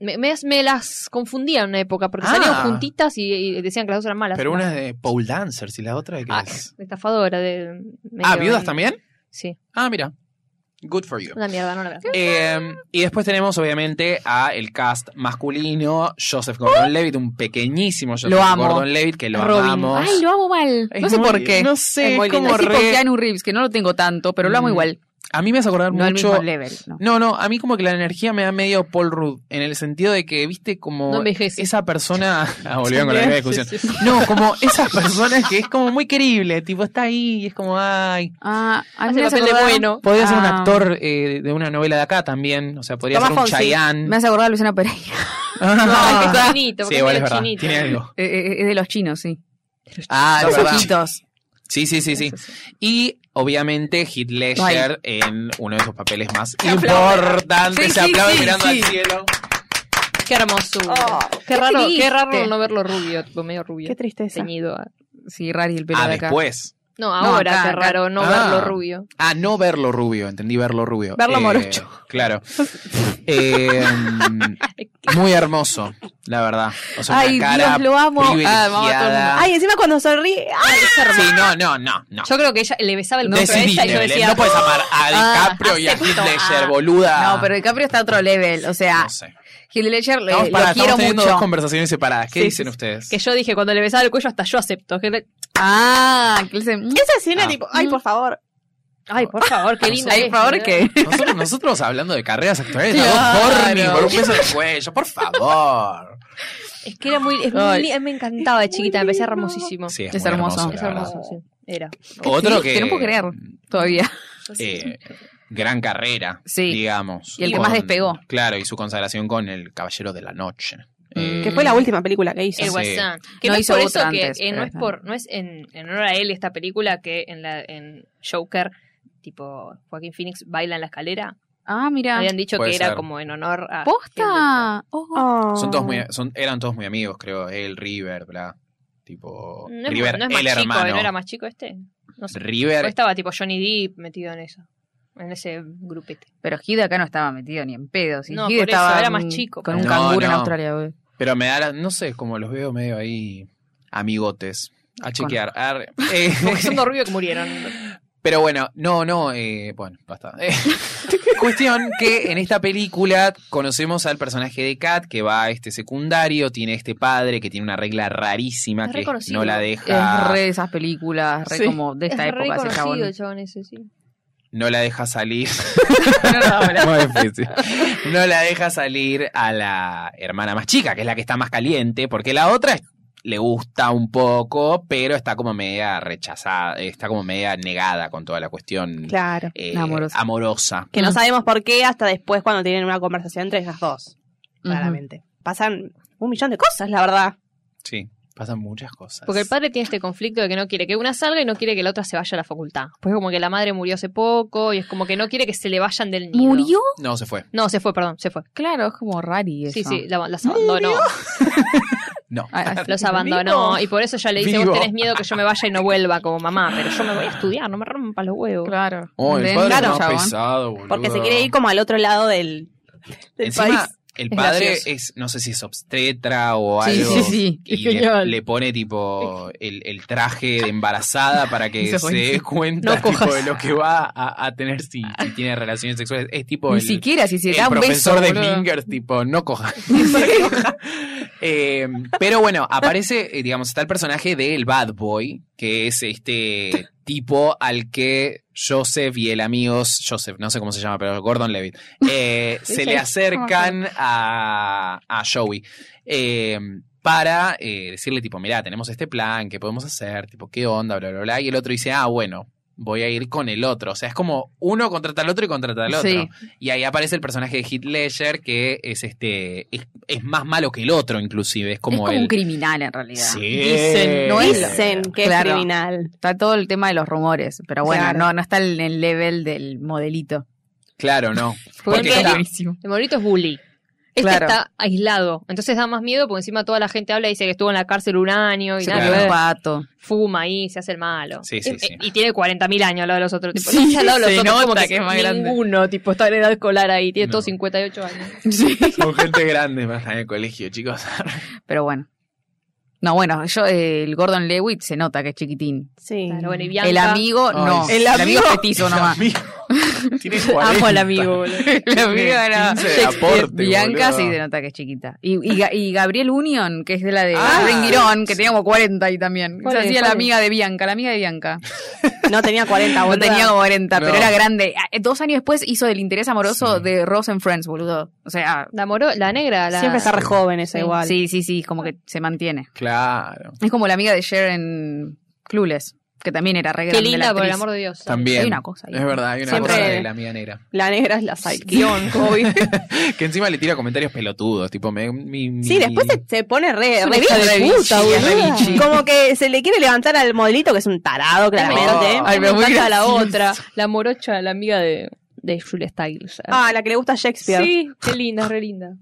Speaker 4: Me, me, me las confundía en una época porque
Speaker 1: Ah.
Speaker 4: salían juntitas y, y decían que las dos eran malas.
Speaker 1: Pero una es de pole dancers y la otra de qué
Speaker 4: Ah,
Speaker 1: es.
Speaker 4: de estafadora. De, medio-
Speaker 1: Ah, ¿viudas también?
Speaker 4: Sí,
Speaker 1: Ah, mira. Good for you.
Speaker 4: una mierda, no la verdad.
Speaker 1: Eh, y después tenemos, obviamente, a el cast masculino, Joseph Gordon-Levitt, un pequeñísimo Joseph
Speaker 2: Lo amo.
Speaker 1: Gordon-Levitt, que lo
Speaker 4: Robin.
Speaker 1: amamos.
Speaker 2: Ay, lo amo mal.
Speaker 1: Es
Speaker 2: no sé
Speaker 1: muy-
Speaker 2: por qué.
Speaker 1: No sé,
Speaker 2: es
Speaker 1: es,
Speaker 2: muy lindo.
Speaker 1: como
Speaker 2: Es tipo
Speaker 1: re-
Speaker 2: Keanu Reeves, que no lo tengo tanto, pero lo amo
Speaker 1: Mm,
Speaker 2: igual.
Speaker 1: A mí me hace acordar
Speaker 2: No al
Speaker 1: mucho...
Speaker 2: mismo level. no.
Speaker 1: No, no, a mí como que la energía me da medio Paul Rudd, en el sentido de que, viste, como
Speaker 4: No envejece.
Speaker 1: esa persona... Ah, volvieron con la
Speaker 4: Sí,
Speaker 1: misma discusión.
Speaker 4: sí, sí.
Speaker 1: No, como esas personas que es como muy querible, tipo, está ahí y es como, ay...
Speaker 2: Ah, a mí
Speaker 4: Hace
Speaker 2: me hace
Speaker 4: papel de
Speaker 2: acordar-
Speaker 4: bueno.
Speaker 1: Podría ser un
Speaker 2: Ah.
Speaker 1: actor eh, de una novela de acá también, o sea, podría
Speaker 3: Tomás
Speaker 1: ser un
Speaker 3: Fonsi.
Speaker 1: Chayanne.
Speaker 2: Me hace acordar a Luciana Pereira. [laughs]
Speaker 1: [laughs]
Speaker 4: Ah, que es
Speaker 1: Ah.
Speaker 4: chinito,
Speaker 1: Sí,
Speaker 4: porque
Speaker 1: igual es
Speaker 4: medio
Speaker 1: verdad,
Speaker 4: chinito.
Speaker 1: tiene algo.
Speaker 2: Eh, eh, es de los chinos, sí.
Speaker 1: Ah, es
Speaker 2: los
Speaker 1: verdad.
Speaker 2: ojitos.
Speaker 1: Sí, sí, sí, sí. Y obviamente Heath Ledger en uno de sus papeles más
Speaker 2: aplaude.
Speaker 1: importantes.
Speaker 2: Sí,
Speaker 1: Se
Speaker 2: sí,
Speaker 1: aplaude
Speaker 2: sí,
Speaker 1: mirando
Speaker 2: sí.
Speaker 1: al cielo.
Speaker 4: Qué hermosura.
Speaker 3: Oh,
Speaker 4: qué, raro, qué
Speaker 2: triste.
Speaker 4: raro no verlo rubio, tipo medio rubio.
Speaker 3: Qué tristeza.
Speaker 4: Ceñido a-
Speaker 2: Sí, Rari, el pelo
Speaker 1: Ah,
Speaker 2: de acá.
Speaker 1: después.
Speaker 4: No, ahora
Speaker 2: acá,
Speaker 4: qué
Speaker 2: acá.
Speaker 4: raro no
Speaker 1: Ah.
Speaker 4: verlo rubio.
Speaker 1: Ah, no verlo rubio, entendí verlo rubio. Eh,
Speaker 3: Verlo morocho.
Speaker 2: [laughs]
Speaker 1: Claro. Eh, muy hermoso, la verdad. O sea,
Speaker 2: Ay,
Speaker 1: una cara
Speaker 2: Dios, lo amo. Ah, vamos a todo el mundo.
Speaker 1: privilegiada.
Speaker 3: Ay, encima cuando sonríe. ¡ah!
Speaker 1: sí, no, no, no, no.
Speaker 4: Yo creo que ella le besaba el
Speaker 1: Decidí,
Speaker 4: rostro a ella y yo
Speaker 1: Belén,
Speaker 4: decía.
Speaker 1: no puedes amar a
Speaker 2: ah,
Speaker 1: DiCaprio y a Heath
Speaker 2: acepto,
Speaker 1: Ledger,
Speaker 2: ah.
Speaker 1: boluda.
Speaker 2: No, pero DiCaprio está a otro level. O sea,
Speaker 1: No sé.
Speaker 2: Heath Ledger le-
Speaker 1: Estamos,
Speaker 2: lo
Speaker 1: para,
Speaker 2: quiero
Speaker 1: estamos teniendo
Speaker 2: mucho.
Speaker 1: dos conversaciones separadas. ¿Qué
Speaker 4: Sí,
Speaker 1: dicen
Speaker 4: sí, sí.
Speaker 1: ustedes?
Speaker 4: Que yo dije, cuando le besaba el cuello, hasta pues yo acepto. Que le-
Speaker 2: Ah, que le dice, "Mm,
Speaker 3: Esa escena
Speaker 1: Ah.
Speaker 3: tipo, ay, por favor.
Speaker 4: Ay, por
Speaker 2: [laughs]
Speaker 4: favor, qué lindo.
Speaker 2: ay,
Speaker 4: es,
Speaker 2: por favor,
Speaker 4: boludo.
Speaker 2: que
Speaker 1: Nosotros, nosotros hablando de carreras actuales,
Speaker 2: Claro.
Speaker 1: dos horny por un beso de cuello, por favor.
Speaker 4: Es que era muy. es
Speaker 2: Ay.
Speaker 4: muy- me encantaba de chiquita, me parecía hermosísimo.
Speaker 1: Sí, es,
Speaker 2: Es
Speaker 1: muy
Speaker 2: hermoso.
Speaker 1: la
Speaker 4: es
Speaker 1: verdad.
Speaker 4: hermoso, sí. Era.
Speaker 1: Otro
Speaker 2: Sí,
Speaker 1: que.
Speaker 2: que no puedo creer. todavía.
Speaker 1: eh, gran carrera,
Speaker 2: Sí.
Speaker 1: digamos.
Speaker 2: Y el que más despegó.
Speaker 1: Claro, y su consagración con El Caballero de la Noche.
Speaker 2: Mm.
Speaker 1: Eh,
Speaker 3: Que fue la última película que hizo.
Speaker 4: El
Speaker 1: Sí.
Speaker 4: WhatsApp. Que no,
Speaker 2: No
Speaker 4: es
Speaker 2: hizo
Speaker 4: por eso
Speaker 2: otra
Speaker 4: que
Speaker 2: antes,
Speaker 4: eh, no
Speaker 2: pero
Speaker 4: es
Speaker 2: está.
Speaker 4: por no es en en honor a él esta película que en la en Joker tipo Joaquín Phoenix baila en la escalera.
Speaker 2: Ah, mira.
Speaker 4: Habían dicho
Speaker 1: Puede
Speaker 4: que era
Speaker 1: ser.
Speaker 4: como en honor a
Speaker 2: Posta. Ojo.
Speaker 3: Oh.
Speaker 1: Son todos
Speaker 2: Ah.
Speaker 1: muy, son, eran todos muy amigos, creo. Él, River, bla. Tipo.
Speaker 4: No es,
Speaker 1: River,
Speaker 4: no es más
Speaker 1: el
Speaker 4: chico,
Speaker 1: hermano.
Speaker 4: ¿no era más chico este? No sé.
Speaker 1: River.
Speaker 4: O estaba tipo Johnny Depp metido en eso, en ese
Speaker 1: [laughs]
Speaker 4: grupete.
Speaker 2: Pero Hid acá no estaba metido ni en pedo. Si
Speaker 4: No,
Speaker 2: Hid
Speaker 4: por eso,
Speaker 2: estaba
Speaker 4: era más
Speaker 2: mm,
Speaker 4: chico.
Speaker 2: Con un
Speaker 1: No,
Speaker 2: canguro en
Speaker 1: no.
Speaker 2: Australia, güey.
Speaker 1: Pero me da, la- no sé, como los veo medio ahí amigotes. A chequear. Arre. Eh, [laughs]
Speaker 4: Porque son dos rubios que murieron.
Speaker 1: Pero bueno, no, no, eh, bueno, basta. [laughs] Eh, cuestión que en esta película conocemos al personaje de Kat que va a este secundario, tiene este padre que tiene una regla rarísima
Speaker 4: Es
Speaker 1: que
Speaker 4: reconocido.
Speaker 1: no la
Speaker 2: Es
Speaker 1: deja,
Speaker 2: re de esas películas, re
Speaker 1: Sí.
Speaker 2: como de esta
Speaker 4: es
Speaker 2: época ese chabón.
Speaker 4: reconocido, chabón, ese sí.
Speaker 1: no la deja salir.
Speaker 2: [laughs] No, no, no.
Speaker 1: Muy difícil. No la deja salir a la hermana más chica, que es la que está más caliente, porque la otra es- le gusta un poco, pero está como media rechazada, está como media negada con toda la cuestión
Speaker 3: Claro.
Speaker 1: eh,
Speaker 2: Amorosa.
Speaker 1: amorosa.
Speaker 4: Mm.
Speaker 3: Que no sabemos por qué hasta después cuando tienen una conversación entre ellas dos.
Speaker 2: Ujú.
Speaker 3: Claramente. Pasan un millón de cosas, la verdad.
Speaker 1: Sí, pasan muchas cosas.
Speaker 4: Porque el padre tiene este conflicto de que no quiere que una salga y no quiere que la otra se vaya a la facultad. Pues como que la madre murió hace poco y es como que no quiere que se le vayan del nido.
Speaker 2: ¿Murió?
Speaker 1: No, se fue.
Speaker 4: No, se fue, perdón, se fue.
Speaker 2: Claro, es como rari eso.
Speaker 4: Sí, sí, la- las abandonó.
Speaker 1: No.
Speaker 2: Ah,
Speaker 1: [laughs]
Speaker 2: ah, [laughs]
Speaker 4: Los abandonó.
Speaker 1: Vivo.
Speaker 4: Y por eso ya le dice,
Speaker 1: Vivo.
Speaker 4: vos tenés miedo que yo me vaya y no vuelva como mamá, pero yo me voy a estudiar, no me rompas los huevos.
Speaker 2: Claro.
Speaker 1: Oh, el
Speaker 2: De-
Speaker 1: padre
Speaker 2: claro,
Speaker 1: es más
Speaker 2: chabón.
Speaker 1: pesado, boludo.
Speaker 3: Porque se quiere ir como al otro lado del, del
Speaker 1: Encima,
Speaker 3: país.
Speaker 1: el
Speaker 2: Es
Speaker 1: padre
Speaker 2: gracioso.
Speaker 1: es, no sé si es obstetra o
Speaker 2: Sí,
Speaker 1: algo.
Speaker 2: sí, sí.
Speaker 1: Y
Speaker 2: Es
Speaker 1: le,
Speaker 2: genial.
Speaker 1: le pone tipo el, el traje de embarazada para que
Speaker 2: [laughs] Eso es
Speaker 1: se dé
Speaker 2: buenísimo.
Speaker 1: cuenta
Speaker 2: No
Speaker 1: tipo,
Speaker 2: cojas.
Speaker 1: de lo que va a, a tener si, si tiene relaciones sexuales. Es tipo
Speaker 2: Ni
Speaker 1: el,
Speaker 2: siquiera si se
Speaker 1: el
Speaker 2: da un beso.
Speaker 1: profesor de
Speaker 2: boludo.
Speaker 1: Mingers, tipo, no
Speaker 2: [laughs]
Speaker 1: coja. [laughs] Eh, pero bueno, aparece, eh, digamos, está el personaje del Bad Boy, que es este tipo al que Joseph y el amigo, Joseph, no sé cómo se llama, pero Gordon Levitt,
Speaker 2: [laughs]
Speaker 1: eh, se le acercan a, a Joey. eh, para eh, decirle, tipo, mirá, tenemos este plan, ¿qué podemos hacer? Tipo, ¿qué onda? Bla, bla, bla. Y el otro dice, ah, bueno, voy a ir con el otro. O sea, es como uno contrata al otro y contrata al otro.
Speaker 2: Sí.
Speaker 1: Y ahí aparece el personaje de Heath Ledger, que es este. Es, es más malo que el otro, inclusive. Es
Speaker 2: es
Speaker 1: como
Speaker 2: como
Speaker 1: el.
Speaker 2: un criminal en realidad.
Speaker 1: Sí.
Speaker 2: Dicen, no es.
Speaker 3: Dicen que es
Speaker 2: Claro.
Speaker 3: criminal.
Speaker 2: Está todo el tema de los rumores, pero bueno,
Speaker 3: Claro.
Speaker 2: no, no está en el level del modelito.
Speaker 1: Claro, no.
Speaker 4: Porque
Speaker 1: Porque
Speaker 4: él
Speaker 1: está-
Speaker 2: buenísimo.
Speaker 4: El morito es bully. Este
Speaker 2: Claro.
Speaker 4: está aislado. Entonces da más miedo porque encima toda la gente habla y dice que estuvo en la cárcel un año y
Speaker 2: Se
Speaker 4: nada que
Speaker 2: comió un
Speaker 4: ver.
Speaker 2: pato.
Speaker 4: Fuma ahí, se hace el malo.
Speaker 1: Sí, sí,
Speaker 4: Eh,
Speaker 1: sí.
Speaker 4: Y tiene 40.000 años al lado de los otros. Tipo,
Speaker 2: Sí,
Speaker 4: no está al lado de los
Speaker 2: se
Speaker 4: otros, como
Speaker 2: nota
Speaker 4: que,
Speaker 2: que es más grande.
Speaker 4: ninguno, tipo, está en edad escolar ahí. Tiene
Speaker 1: No.
Speaker 4: todos 58
Speaker 2: [laughs]
Speaker 4: años.
Speaker 1: Son gente grande más en el colegio, chicos.
Speaker 2: Pero bueno. No, bueno, yo, eh, el Gordon Lewitt se nota que es chiquitín.
Speaker 3: Sí.
Speaker 4: Claro, bueno, y Bianca.
Speaker 2: El amigo, Oh, no.
Speaker 1: Ay,
Speaker 2: El amigo es petizo
Speaker 1: El
Speaker 2: nomás. [laughs]
Speaker 1: amigo. Tiene 40.
Speaker 4: Amo al amigo, boludo.
Speaker 2: El amigo era
Speaker 1: Pinche de
Speaker 2: Shakespeare.
Speaker 1: aporte,
Speaker 2: Bianca
Speaker 1: boludo.
Speaker 2: sí se nota que es chiquita. Y, y, Ga- y Gabriel Union, que es de la de
Speaker 1: Ah.
Speaker 2: Ren Girón, que tenía como 40 y también.
Speaker 4: ¿Cuál
Speaker 2: Se
Speaker 4: es?
Speaker 2: hacía la
Speaker 4: ¿Cuál es?
Speaker 2: amiga de Bianca, la amiga de Bianca.
Speaker 3: [laughs] No tenía 40,
Speaker 2: No
Speaker 3: boluda.
Speaker 2: tenía como 40,
Speaker 1: No.
Speaker 2: pero era grande. Ah, Dos años después hizo del interés amoroso
Speaker 1: Sí.
Speaker 2: de Rose and Friends, boludo. O sea,
Speaker 4: La, moro- la negra. La...
Speaker 3: Siempre está re joven eso
Speaker 4: Sí,
Speaker 3: igual.
Speaker 2: sí, sí, sí, como que se mantiene.
Speaker 1: Claro.
Speaker 2: Es como la amiga de Cher en Clueless, que también era re
Speaker 4: Qué
Speaker 2: grande. la
Speaker 4: linda, por el
Speaker 2: actriz.
Speaker 4: amor de Dios.
Speaker 1: También.
Speaker 2: Hay una cosa ahí.
Speaker 1: Es verdad, hay una
Speaker 3: Siempre-
Speaker 1: cosa de la mía negra.
Speaker 3: La negra es
Speaker 1: [laughs]
Speaker 3: la sidekick.
Speaker 1: Que encima le tira comentarios pelotudos, tipo, me, mi- mi-
Speaker 3: Sí, después se, se pone re,
Speaker 2: Es
Speaker 3: re
Speaker 2: una hija
Speaker 3: bicho
Speaker 2: de
Speaker 3: de puta,
Speaker 2: bichi, es re
Speaker 3: boluda.
Speaker 2: bichi.
Speaker 3: Como que se le quiere levantar al modelito, que es un tarado, claramente.
Speaker 1: Oh.
Speaker 4: Ay, me
Speaker 2: Ay, me
Speaker 4: encanta la
Speaker 2: voy a-
Speaker 4: otra. La morocha, la amiga de, de Julia Stiles.
Speaker 3: Ah, la que le gusta a Shakespeare.
Speaker 4: sí, qué linda, re linda.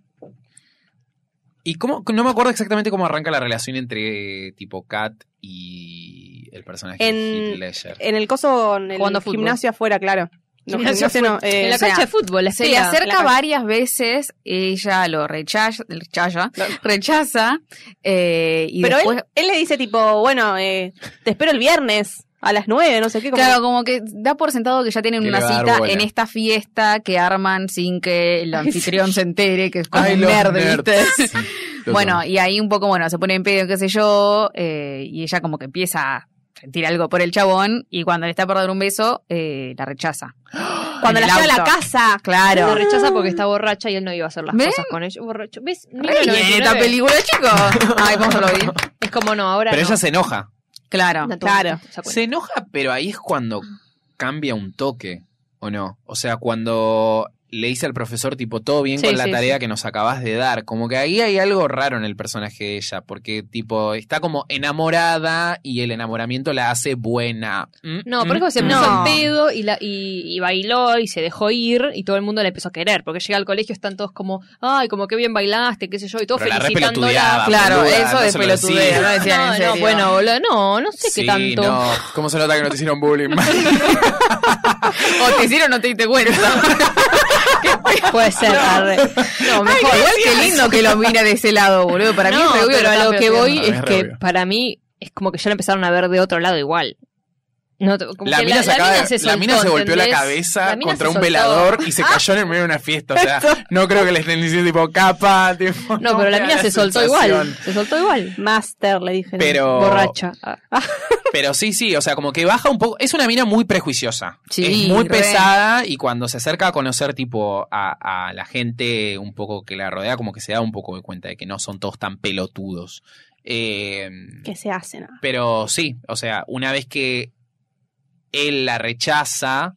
Speaker 1: ¿Y cómo? No me acuerdo exactamente cómo arranca la relación entre tipo Kat y el personaje de
Speaker 3: En-
Speaker 1: Heath Ledger.
Speaker 3: En el coso, en el
Speaker 4: Jugando a fútbol.
Speaker 3: gimnasio afuera, claro. No,
Speaker 4: Gimnasio
Speaker 3: gimnasio no, eh,
Speaker 4: en la
Speaker 3: o sea,
Speaker 4: cancha de fútbol, la
Speaker 2: Se le
Speaker 4: espera.
Speaker 2: acerca
Speaker 3: la-
Speaker 2: varias veces, ella lo rechaza, rechaza, rechaza eh, y
Speaker 3: Pero
Speaker 2: después...
Speaker 3: él, él le dice tipo, bueno, eh, te espero el viernes a las 9, no sé qué. Como,
Speaker 2: Claro, como que da por sentado que ya tienen
Speaker 1: Que
Speaker 2: una
Speaker 1: le va a dar
Speaker 2: cita
Speaker 1: bola.
Speaker 2: en esta fiesta que arman sin que el anfitrión se entere, que es como un
Speaker 1: los
Speaker 2: nerd,
Speaker 1: nerds. Sí,
Speaker 2: ¿viste? [laughs]
Speaker 1: los
Speaker 2: [laughs] Bueno,
Speaker 1: amo.
Speaker 2: y ahí un poco, bueno, se pone en pedo, qué sé yo, eh, y ella como que empieza a sentir algo por el chabón, y cuando le está por dar un beso, eh, la rechaza.
Speaker 3: cuando la
Speaker 2: en el
Speaker 3: lleva a la
Speaker 2: auto.
Speaker 3: casa.
Speaker 2: Claro.
Speaker 4: Lo rechaza porque está borracha y él no iba a hacer las
Speaker 2: ¿Ven?
Speaker 4: cosas con ella. Borracho. ¿Ves?
Speaker 2: Re bien
Speaker 4: 1999.
Speaker 2: esta película, chicos. [laughs] Ay, vamos a lo vi.
Speaker 4: Es como no, ahora
Speaker 1: Pero
Speaker 4: no.
Speaker 1: ella se enoja.
Speaker 2: Claro.
Speaker 4: No, tú-
Speaker 3: Claro.
Speaker 4: se acuerda.
Speaker 1: Se enoja, pero ahí es cuando cambia un toque, ¿o no? O sea, cuando le dice al profesor, tipo, todo bien
Speaker 4: Sí,
Speaker 1: con la
Speaker 4: sí,
Speaker 1: tarea
Speaker 4: sí.
Speaker 1: que nos acabas de dar. Como que ahí hay algo raro en el personaje de ella, porque, tipo, está como enamorada y el enamoramiento la hace buena. Mm,
Speaker 4: No, por
Speaker 1: mm,
Speaker 4: eso se
Speaker 1: mm.
Speaker 4: puso
Speaker 2: No.
Speaker 4: en pedo y, la, y, y bailó y se dejó ir y todo el mundo la empezó a querer. Porque llega al colegio, están todos como, ay, como qué bien bailaste, qué sé yo, y todos
Speaker 1: Pero la
Speaker 4: felicitándola.
Speaker 1: repelotudeaba,
Speaker 2: Claro,
Speaker 1: boluda,
Speaker 2: eso
Speaker 1: no
Speaker 2: de
Speaker 1: se lo decía.
Speaker 2: pelotudea, no decían en
Speaker 4: No,
Speaker 2: serio.
Speaker 4: no, bueno, boludo, no, no sé
Speaker 1: Sí,
Speaker 4: qué tanto.
Speaker 1: no. ¿Cómo se nota que no te hicieron bullying?
Speaker 2: o te hicieron o no te diste [laughs] cuenta.
Speaker 4: [laughs] Puede ser. arre. No, mejor.
Speaker 2: Ay, igual qué lindo que lo mira de ese lado, boludo. Para mí
Speaker 4: No,
Speaker 2: es re obvio
Speaker 4: pero a
Speaker 2: está
Speaker 4: lo que voy
Speaker 1: haciendo.
Speaker 4: es
Speaker 1: Es re
Speaker 4: que
Speaker 1: obvio.
Speaker 4: para mí es como que ya lo empezaron a ver de otro lado igual. No, como
Speaker 1: La
Speaker 4: que
Speaker 1: mina, se, acaba de-
Speaker 4: se
Speaker 1: la mina
Speaker 4: soltó,
Speaker 1: se golpeó la
Speaker 4: ¿entendés? La
Speaker 1: cabeza
Speaker 4: mina
Speaker 1: contra
Speaker 4: se
Speaker 1: un
Speaker 4: soltó.
Speaker 1: velador y se
Speaker 4: [laughs]
Speaker 1: cayó en el medio de una fiesta. O sea, [laughs] no creo que le estén diciendo tipo capa. [laughs] tipo,
Speaker 4: No, pero la
Speaker 1: me da
Speaker 4: mina se soltó igual.
Speaker 1: sensación.
Speaker 4: Se soltó igual.
Speaker 3: Master, le dije.
Speaker 1: Pero,
Speaker 4: Borracha. Ah,
Speaker 1: pero sí, sí, o sea, como que baja un poco. Es una mina muy prejuiciosa.
Speaker 2: Sí,
Speaker 1: es muy
Speaker 2: re.
Speaker 1: pesada y cuando se acerca a conocer tipo a, a la gente un poco que la rodea, como que se da un poco de cuenta de que no son todos tan pelotudos. Eh,
Speaker 3: Que se hacen.
Speaker 1: Pero sí, o sea, una vez que él la rechaza,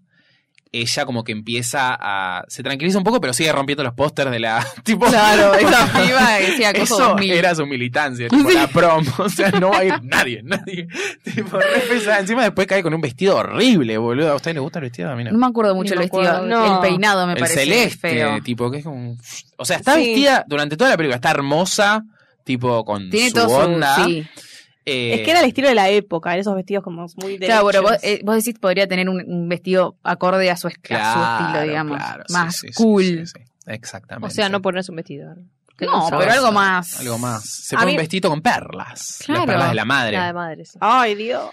Speaker 1: ella como que empieza a... Se tranquiliza un poco, pero sigue rompiendo los pósters de la... [laughs] Tipo,
Speaker 2: Claro, [laughs] esa piba decía cosa
Speaker 1: eso
Speaker 2: 2000.
Speaker 1: era su militancia, tipo la prom. [laughs] O sea, no va a ir nadie, nadie. [laughs] Tipo, re pesada. Encima después cae con un vestido horrible, boludo. ¿A ustedes les gusta el vestido? A mí no.
Speaker 2: No me acuerdo mucho el
Speaker 4: Ni me
Speaker 2: vestido.
Speaker 4: acuerdo.
Speaker 3: No.
Speaker 2: El peinado me
Speaker 1: el
Speaker 2: parece
Speaker 1: celeste,
Speaker 2: feo.
Speaker 1: tipo, que es como... un- O sea, está
Speaker 3: Sí.
Speaker 1: vestida durante toda la película, está hermosa, tipo, con
Speaker 2: Tiene
Speaker 1: su
Speaker 2: todo su-
Speaker 1: onda.
Speaker 2: sí.
Speaker 1: Eh,
Speaker 3: Es que era el estilo de la época, esos vestidos como muy de.
Speaker 2: Claro, bueno, vos,
Speaker 3: hechos.
Speaker 2: eh, vos decís podría tener un, un vestido acorde a su, escla- a su estilo, digamos.
Speaker 1: claro, sí,
Speaker 2: más
Speaker 1: sí, sí,
Speaker 2: cool.
Speaker 1: sí, sí, Exactamente.
Speaker 4: o sea, no ponerse un vestidor.
Speaker 2: No, pero algo más.
Speaker 1: Algo más. Se
Speaker 3: A
Speaker 1: pone un
Speaker 3: mí-
Speaker 1: vestido con perlas.
Speaker 2: Claro.
Speaker 1: Las perlas de la madre.
Speaker 4: Nada de
Speaker 1: Ah,
Speaker 4: madres.
Speaker 3: Ay, Dios.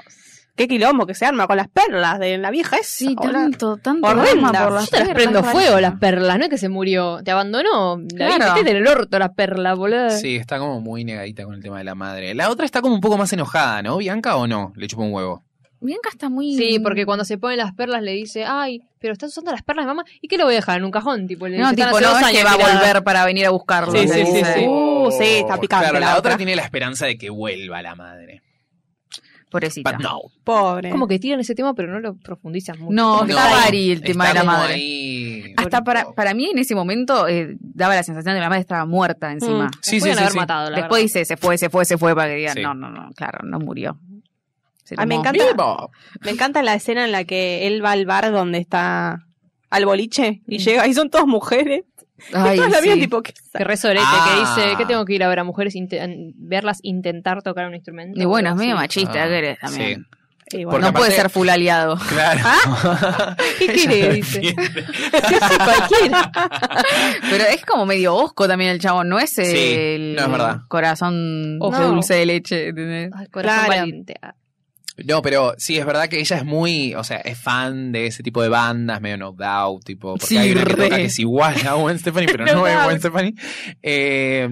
Speaker 3: Qué quilombo que se arma con las perlas de la vieja esa.
Speaker 2: Sí,
Speaker 3: boludo.
Speaker 2: tanto, tanto.
Speaker 3: Horrenda.
Speaker 2: drama por
Speaker 4: Yo
Speaker 2: las
Speaker 4: te las
Speaker 2: perlas,
Speaker 4: prendo
Speaker 2: tal cual.
Speaker 4: fuego las perlas, no es que se murió, te abandonó. La
Speaker 2: Claro.
Speaker 4: claro. en el orto la perla, boludo.
Speaker 1: Sí, está como muy negadita con el tema de la madre. La otra está como un poco más enojada, ¿no? Bianca o no? Le chupa un huevo.
Speaker 2: Bianca está muy.
Speaker 4: Sí, porque cuando se ponen las perlas le dice, ay, pero estás usando las perlas, mamá, ¿y qué lo voy a dejar en un cajón? Tipo, le
Speaker 2: No,
Speaker 1: "Ah,
Speaker 4: dice, "Están
Speaker 2: tipo,
Speaker 4: hace
Speaker 2: no
Speaker 4: dos
Speaker 2: es que
Speaker 4: años
Speaker 2: va a
Speaker 4: tiradas".
Speaker 2: volver para venir a buscarlo.
Speaker 3: Sí, sí, sí,
Speaker 2: dice.
Speaker 3: sí. Uh, sí, está picante
Speaker 1: Claro, la,
Speaker 3: la
Speaker 1: otra.
Speaker 3: otra.
Speaker 1: tiene la esperanza de que vuelva la madre.
Speaker 2: Pobrecita.
Speaker 1: But no.
Speaker 3: Pobre.
Speaker 4: Como que tiran ese tema, pero no lo profundizan mucho.
Speaker 2: No,
Speaker 4: Como que
Speaker 2: está
Speaker 4: está ahí.
Speaker 2: vari el tema de la
Speaker 1: como
Speaker 2: madre.
Speaker 1: ahí.
Speaker 2: Hasta para,
Speaker 1: Bueno.
Speaker 2: para mí en ese momento eh, daba la sensación de que la madre estaba muerta encima.
Speaker 3: Mm.
Speaker 1: Sí,
Speaker 4: Sí,
Speaker 1: sí, sí,
Speaker 4: haber
Speaker 1: sí.
Speaker 4: matado, la
Speaker 2: Después
Speaker 4: verdad.
Speaker 2: dice, se fue, se fue, se fue, para que digan,
Speaker 1: Sí.
Speaker 2: no, no, no, claro, no murió. Se
Speaker 3: Ah, me
Speaker 2: tomó.
Speaker 3: encanta.
Speaker 1: Vivo.
Speaker 3: Me encanta la escena en la que él va al bar donde está al boliche y llega y son todas mujeres.
Speaker 2: Mm. Ay,
Speaker 3: y todas la
Speaker 2: sí.
Speaker 3: miran tipo que
Speaker 4: Que resorete,
Speaker 1: Ah.
Speaker 4: que dice, que tengo que ir a ver a mujeres, inte- verlas intentar tocar un instrumento?
Speaker 2: Y bueno, es
Speaker 4: Algo
Speaker 2: medio
Speaker 4: así.
Speaker 2: machista,
Speaker 1: Ah,
Speaker 2: que eres
Speaker 1: sí.
Speaker 2: también.
Speaker 1: Porque
Speaker 3: Y
Speaker 2: No
Speaker 1: aparte-
Speaker 2: puede ser full aliado.
Speaker 1: Claro.
Speaker 2: ¿Ah?
Speaker 1: [laughs]
Speaker 4: ¿Qué quiere? Dice. Cualquiera.
Speaker 2: [laughs] Pero es como medio osco también el chabón, no es el
Speaker 1: no, es verdad.
Speaker 2: corazón
Speaker 4: Ojo.
Speaker 2: de dulce de leche. ¿entendés?
Speaker 4: Ay, corazón
Speaker 3: Claro.
Speaker 4: valiente. Ah.
Speaker 1: No, pero sí, es verdad que ella es muy, o sea, es fan de ese tipo de bandas, medio no doubt, tipo, porque
Speaker 2: Sí,
Speaker 1: hay una que
Speaker 2: re.
Speaker 1: toca que es igual a Gwen Stefani, pero no,
Speaker 2: No
Speaker 1: es
Speaker 2: Doubt.
Speaker 1: Gwen Stefani. Eh,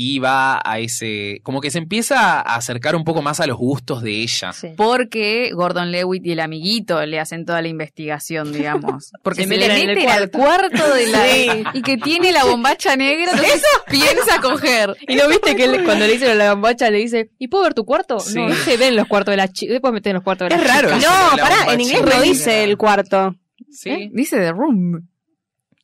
Speaker 1: y va a ese, como que se empieza a acercar un poco más a los gustos de ella.
Speaker 4: Sí.
Speaker 2: Porque Gordon Lewitt y el amiguito le hacen toda la investigación, digamos. Porque
Speaker 4: Se
Speaker 2: se, le
Speaker 4: meten en el
Speaker 2: meten al cuarto de la... Y que tiene la bombacha negra, entonces piensa coger.
Speaker 4: Y no viste que él, cuando le dice la bombacha le dice, ¿y puedo ver tu cuarto?
Speaker 1: Sí.
Speaker 4: No, no se ven los cuartos de las chicas. Después meten los cuartos de las
Speaker 1: Es raro
Speaker 4: chicas.
Speaker 1: eso de
Speaker 3: No,
Speaker 1: la
Speaker 3: pará,
Speaker 1: bomba
Speaker 3: en inglés
Speaker 1: china.
Speaker 3: no dice el cuarto.
Speaker 1: Sí.
Speaker 2: ¿Eh? Dice The Room.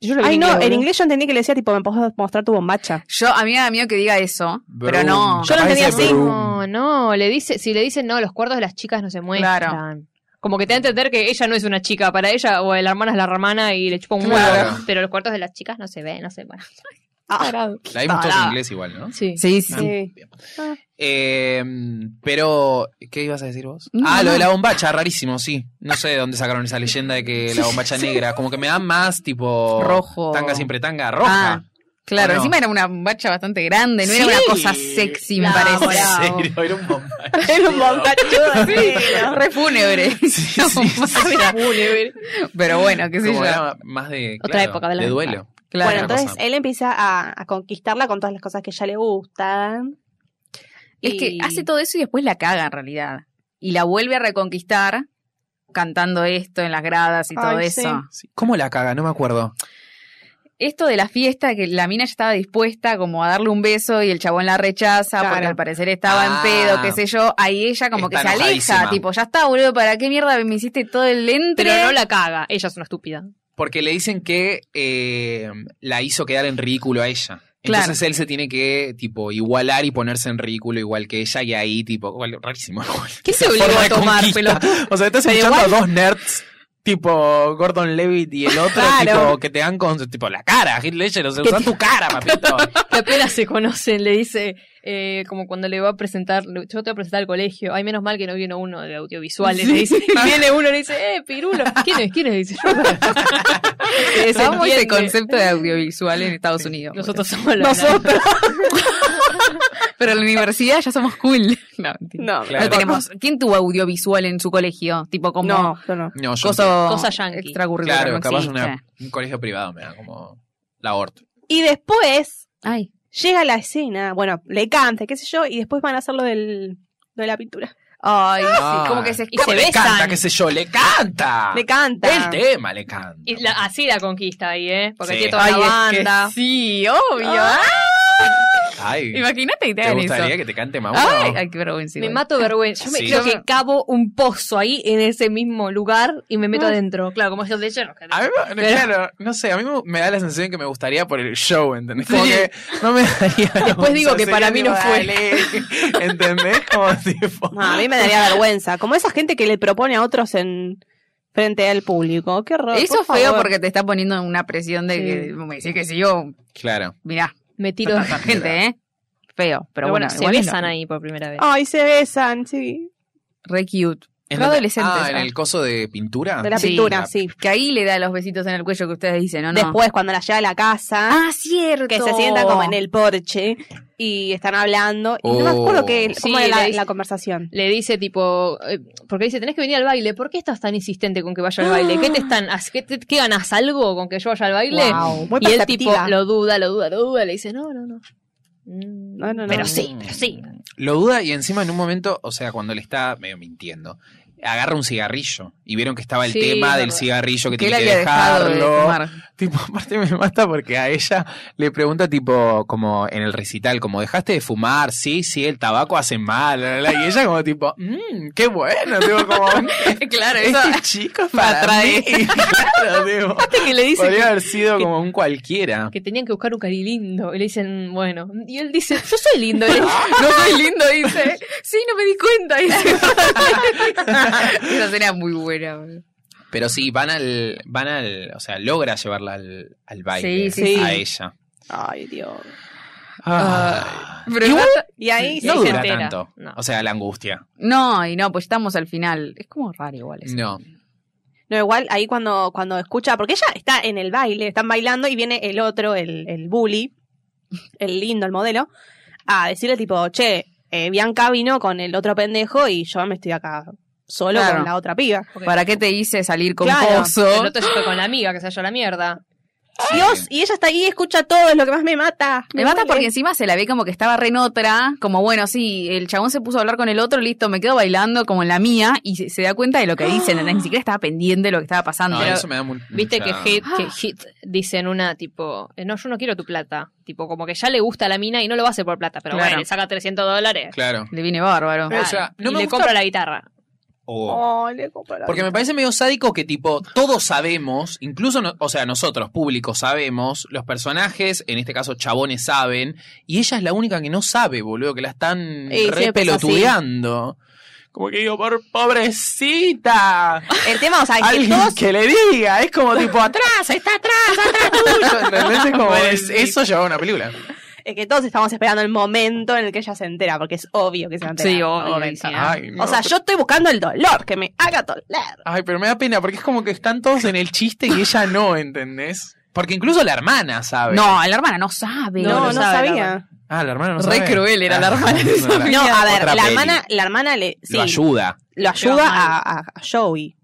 Speaker 4: Yo lo vi
Speaker 3: Ay, no,
Speaker 4: boludo.
Speaker 3: en inglés yo entendí que le decía tipo, me puedo mostrar tu bombacha.
Speaker 2: Yo, a mí me da miedo que diga eso, pero
Speaker 1: Broom.
Speaker 2: no.
Speaker 3: Yo lo
Speaker 1: Capaz
Speaker 3: entendí
Speaker 1: dice
Speaker 3: así.
Speaker 1: broom.
Speaker 4: No, no, le dice, si le dicen no, los cuartos de las chicas no se muestran.
Speaker 2: Claro.
Speaker 4: Como que te da a entender que ella no es una chica para ella, o la hermana es la hermana y le chupa un
Speaker 1: Claro.
Speaker 4: huevo. Pero los cuartos de las chicas no se ven, no se ven.
Speaker 1: La vimos todos en
Speaker 2: Pará.
Speaker 1: inglés igual, ¿no?
Speaker 4: Sí.
Speaker 2: Sí, sí.
Speaker 3: Sí.
Speaker 1: Eh, pero, ¿qué ibas a decir vos?
Speaker 2: No,
Speaker 1: ah, lo
Speaker 2: no.
Speaker 1: de la bombacha, rarísimo, sí. No sé de dónde sacaron esa leyenda de
Speaker 2: [laughs]
Speaker 1: que la bombacha negra, como que me da más tipo...
Speaker 2: Rojo.
Speaker 1: Tanga siempre tanga, roja.
Speaker 2: Ah, Claro,
Speaker 1: ¿O no?
Speaker 2: encima era una bombacha bastante grande, no era
Speaker 1: Sí.
Speaker 2: una cosa sexy, me
Speaker 4: No,
Speaker 2: parece.
Speaker 4: pará.
Speaker 1: En serio, [laughs] era un
Speaker 2: [laughs]
Speaker 1: bombacho.
Speaker 3: [laughs] Era un bombachudo.
Speaker 2: Re fúnebre.
Speaker 1: sí, sí.
Speaker 2: [laughs] Pero bueno, qué sé
Speaker 1: Como
Speaker 2: yo.
Speaker 1: era más de,
Speaker 4: Otra
Speaker 1: claro,
Speaker 4: época de la
Speaker 1: de
Speaker 4: vida.
Speaker 1: duelo.
Speaker 2: Claro.
Speaker 3: Bueno,
Speaker 1: otra
Speaker 3: entonces
Speaker 1: cosa.
Speaker 3: él empieza a, a conquistarla con todas las cosas que ya le gustan.
Speaker 2: es que hace todo eso y después la caga en realidad. Y la vuelve a reconquistar cantando esto en las gradas y todo
Speaker 3: Ay, sí.
Speaker 2: eso.
Speaker 1: Sí. ¿Cómo la caga? No me acuerdo.
Speaker 2: Esto de la fiesta, que la mina ya estaba dispuesta como a darle un beso y el chabón la rechaza porque
Speaker 3: Claro.
Speaker 2: al parecer estaba
Speaker 1: Ah.
Speaker 2: en pedo, qué sé yo. Ahí ella como
Speaker 1: Está
Speaker 2: que se
Speaker 1: enojadísima.
Speaker 2: aleja, tipo, ya está, boludo, ¿para qué mierda me hiciste todo el entre?
Speaker 4: Pero
Speaker 2: [laughs]
Speaker 4: no la caga, ella es una estúpida.
Speaker 1: Porque le dicen que eh, la hizo quedar en ridículo a ella. Entonces él se tiene que, tipo, igualar y ponerse en ridículo igual que ella y ahí, tipo, bueno, rarísimo.
Speaker 4: ¿Qué se
Speaker 1: Forma
Speaker 4: obligó a
Speaker 1: de
Speaker 4: tomar,
Speaker 1: conquista.
Speaker 4: pelotudo?
Speaker 1: O sea, estás
Speaker 4: Pero
Speaker 1: escuchando a dos nerds, tipo Gordon Levitt y el otro, tipo, que te dan con, tipo, la cara, Heath Ledger, o sea, usa tu cara, papito.
Speaker 4: que apenas se conocen, le dice, eh, como cuando le va a presentar, yo te voy a presentar al colegio, ay, menos mal que no vino uno de audiovisuales, le dice,
Speaker 1: [laughs]
Speaker 4: y viene uno y le dice, eh, pirulo, ¿quién es? ¿Quién es? Dice [laughs] yo. Se
Speaker 2: Amo ese
Speaker 4: desentiende.
Speaker 2: concepto de audiovisual en Estados Unidos.
Speaker 4: Nosotros somos la-
Speaker 2: Nosotros. Pero en la universidad ya somos cool. [laughs] No, mentira.
Speaker 3: No,
Speaker 1: Claro.
Speaker 2: No tenemos. ¿Quién tuvo audiovisual en su colegio? Tipo como
Speaker 3: no, yo no.
Speaker 1: No, yo
Speaker 2: cosa,
Speaker 4: Cosa yankee.
Speaker 2: extracurricular.
Speaker 1: Claro,
Speaker 2: no
Speaker 1: capaz
Speaker 2: existe.
Speaker 1: una- un colegio privado me da como la horta.
Speaker 3: Y después
Speaker 2: Ay,
Speaker 3: llega la escena, bueno, le canta, qué sé yo, y después van a hacer lo del lo de la pintura.
Speaker 2: ay,
Speaker 1: Ah.
Speaker 2: sí, como que se
Speaker 4: Y se
Speaker 1: le
Speaker 4: besan.
Speaker 1: canta, qué sé yo, le canta.
Speaker 3: Le canta.
Speaker 1: El tema le canta.
Speaker 4: Y la- así la conquista ahí, ¿eh? Porque
Speaker 1: Sí.
Speaker 4: tiene toda la
Speaker 2: es que
Speaker 4: banda.
Speaker 2: sí, obvio. ¿ah?
Speaker 1: Ay,
Speaker 2: Imagínate que te
Speaker 1: ¿te
Speaker 2: hagan
Speaker 1: gustaría
Speaker 2: eso.
Speaker 1: que te cante Mauro?
Speaker 2: Ay, ay, qué vergüenza.
Speaker 4: Me
Speaker 2: igual.
Speaker 4: mato vergüenza. Yo me,
Speaker 1: Sí.
Speaker 4: creo que cavo un pozo ahí en ese mismo lugar y me meto adentro. Claro, como yo de lleno.
Speaker 1: A mí, me- claro, no sé, a mí me- me da la sensación que me gustaría por el show, ¿entendés? Como que no me daría.
Speaker 4: Después digo que para mí no fue.
Speaker 1: fue. [laughs] ¿Entendés? Como tipo.
Speaker 3: No, a mí me daría vergüenza. Como esa gente que le propone a otros en frente al público. Qué raro.
Speaker 2: Eso es feo porque te está poniendo en una presión de
Speaker 4: Sí.
Speaker 2: que me decís que si yo,
Speaker 1: Claro.
Speaker 2: mirá,
Speaker 4: Me tiro.
Speaker 2: tiro
Speaker 4: Pero,
Speaker 2: gente, ¿eh? Feo, pero,
Speaker 4: bueno,
Speaker 2: bueno,
Speaker 4: se
Speaker 2: igual es
Speaker 4: besan
Speaker 2: lo-
Speaker 4: ahí por primera vez.
Speaker 3: Ay, se besan, sí.
Speaker 2: Re cute.
Speaker 1: En
Speaker 2: Re
Speaker 1: el-
Speaker 2: adolescentes.
Speaker 1: Ah, en
Speaker 2: ah.
Speaker 1: el coso de Ah, pintura.
Speaker 3: De la
Speaker 2: Sí.
Speaker 3: pintura, sí.
Speaker 2: Que ahí le da los besitos en el cuello que ustedes dicen, ¿no? no.
Speaker 3: Después, cuando la lleva a la casa,
Speaker 2: Ah, cierto.
Speaker 3: que se sienta como en el porche y están hablando. Y no me
Speaker 1: Oh.
Speaker 3: acuerdo que,
Speaker 4: Sí,
Speaker 3: cómo era
Speaker 4: le
Speaker 3: la,
Speaker 4: dice-
Speaker 3: la conversación.
Speaker 4: Le dice tipo, eh, porque dice, tenés que venir al baile. ¿Por qué estás tan insistente con que vaya al baile? ¿Qué
Speaker 3: [gasps]
Speaker 4: te están, as- qué, te- qué ganas algo con que yo vaya al baile?
Speaker 3: Wow, muy
Speaker 4: y el tipo
Speaker 3: perceptiva.
Speaker 4: lo duda, lo duda, lo duda. Le dice, no, no, no. Mm,
Speaker 3: No, no, no.
Speaker 4: Pero sí, pero sí.
Speaker 1: Lo duda y encima en un momento, o sea, cuando le está medio mintiendo, agarra un cigarrillo. Y vieron que estaba el
Speaker 4: Sí,
Speaker 1: tema
Speaker 4: es
Speaker 1: del
Speaker 4: verdad.
Speaker 1: cigarrillo que
Speaker 2: Que él
Speaker 1: tiene
Speaker 2: había
Speaker 1: que
Speaker 2: dejado de
Speaker 1: dejarlo.
Speaker 2: fumar.
Speaker 1: Tipo, [laughs] aparte me mata porque a ella le pregunta, tipo, como en el recital, como, ¿dejaste de fumar? Sí, sí, el tabaco hace mal. la, la, la. Y ella como, tipo, mmm, qué bueno. Tipo,
Speaker 4: [laughs]
Speaker 1: como,
Speaker 2: [laughs] claro,
Speaker 1: [laughs]
Speaker 2: eso.
Speaker 1: este chico es para
Speaker 2: atrae.
Speaker 1: mí. [laughs] Claro,
Speaker 4: [laughs]
Speaker 1: tipo,
Speaker 4: Que le dice
Speaker 1: podría
Speaker 4: que,
Speaker 1: haber sido como un cualquiera.
Speaker 4: que tenían que buscar un cari lindo. Y le dicen, bueno. Y él dice, yo soy
Speaker 3: [laughs]
Speaker 4: lindo. Y le-
Speaker 2: No soy lindo, dice. Sí, no me di cuenta, dice. [laughs] Esa escena es muy buena. boludo.
Speaker 1: Pero sí, van al, van al, o sea, logra llevarla al, al baile
Speaker 2: Sí, sí.
Speaker 1: a ella.
Speaker 3: Ay, Dios.
Speaker 1: Ah.
Speaker 2: Pero igual-
Speaker 3: Y ahí
Speaker 1: no
Speaker 4: se
Speaker 1: dura
Speaker 4: entera.
Speaker 1: tanto.
Speaker 4: No.
Speaker 1: O sea, la angustia.
Speaker 2: No, y no, pues estamos al final. Es como raro igual eso.
Speaker 1: No.
Speaker 3: No, igual ahí cuando, cuando escucha, porque ella está en el baile, están bailando y viene el otro, el, el bully, el lindo, el modelo, a decirle tipo, che, eh, Bianca vino con el otro pendejo y yo me estoy acá solo
Speaker 2: Claro.
Speaker 3: con la otra piba.
Speaker 2: ¿Para qué te hice salir con
Speaker 3: Claro.
Speaker 4: El
Speaker 2: Pozo?
Speaker 4: otro se fue con la amiga, que se haya la mierda.
Speaker 3: Dios, y ella está ahí, escucha todo, es lo que más me mata.
Speaker 2: Me mata
Speaker 3: duele.
Speaker 2: porque encima se la ve como que estaba re en otra, como bueno, sí, el chabón se puso a hablar con el otro, listo, me quedo bailando como en la mía, y se, se da cuenta de lo que dicen, ¿entendés? ni siquiera estaba pendiente de lo que estaba pasando.
Speaker 1: No,
Speaker 2: Pero-
Speaker 1: eso me da mu-
Speaker 4: Viste que
Speaker 1: mucha-
Speaker 4: hit,
Speaker 3: Ah.
Speaker 4: que hit dice en una tipo, eh, no, yo no quiero tu plata. Tipo, como que ya le gusta la mina y no lo va a hacer por plata, pero
Speaker 2: Claro.
Speaker 4: bueno, le saca 300 dólares.
Speaker 1: Claro.
Speaker 2: Le viene bárbaro.
Speaker 1: Claro. O sea, no
Speaker 4: y
Speaker 1: me
Speaker 4: le
Speaker 1: gusta-
Speaker 4: compra la guitarra.
Speaker 1: Oh.
Speaker 3: Oh, le compro la
Speaker 1: Porque me
Speaker 3: vida.
Speaker 1: parece medio sádico que tipo, todos sabemos, incluso, no- o sea, nosotros, público, sabemos, los personajes, en este caso chabones saben, y ella es la única que no sabe, boludo, que la están
Speaker 3: Y siempre es así.
Speaker 1: repelotudeando. Como que digo, por pobrecita.
Speaker 3: El tema, o sea, es que
Speaker 1: Alguien
Speaker 3: todos
Speaker 1: que le diga, es como tipo atrás, está atrás, atrás tuyo. ¿entendés? Es como, es- eso lleva una película.
Speaker 3: Es que todos estamos esperando el momento en el que ella se entera, porque es obvio que se va a enterar.
Speaker 2: Sí, obvio,
Speaker 3: Momento.
Speaker 2: sí,
Speaker 1: Ay, no,
Speaker 3: O sea, yo estoy buscando el dolor, que me haga doler.
Speaker 1: Ay, pero me da pena porque es como que están todos en el chiste y ella no, ¿entendés? Porque incluso la hermana sabe.
Speaker 2: No, la hermana no sabe.
Speaker 3: No, no,
Speaker 4: no sabe,
Speaker 3: sabía.
Speaker 1: Ah, la hermana no
Speaker 2: Re
Speaker 1: sabe. Ah,
Speaker 2: cruel era la hermana de esa
Speaker 1: no,
Speaker 3: No, a ver,
Speaker 1: Otra
Speaker 3: la
Speaker 1: peli.
Speaker 3: hermana, la hermana le, sí,
Speaker 1: Lo ayuda.
Speaker 3: lo
Speaker 4: Lo
Speaker 3: ayuda
Speaker 4: ama.
Speaker 3: a, a- a Joey.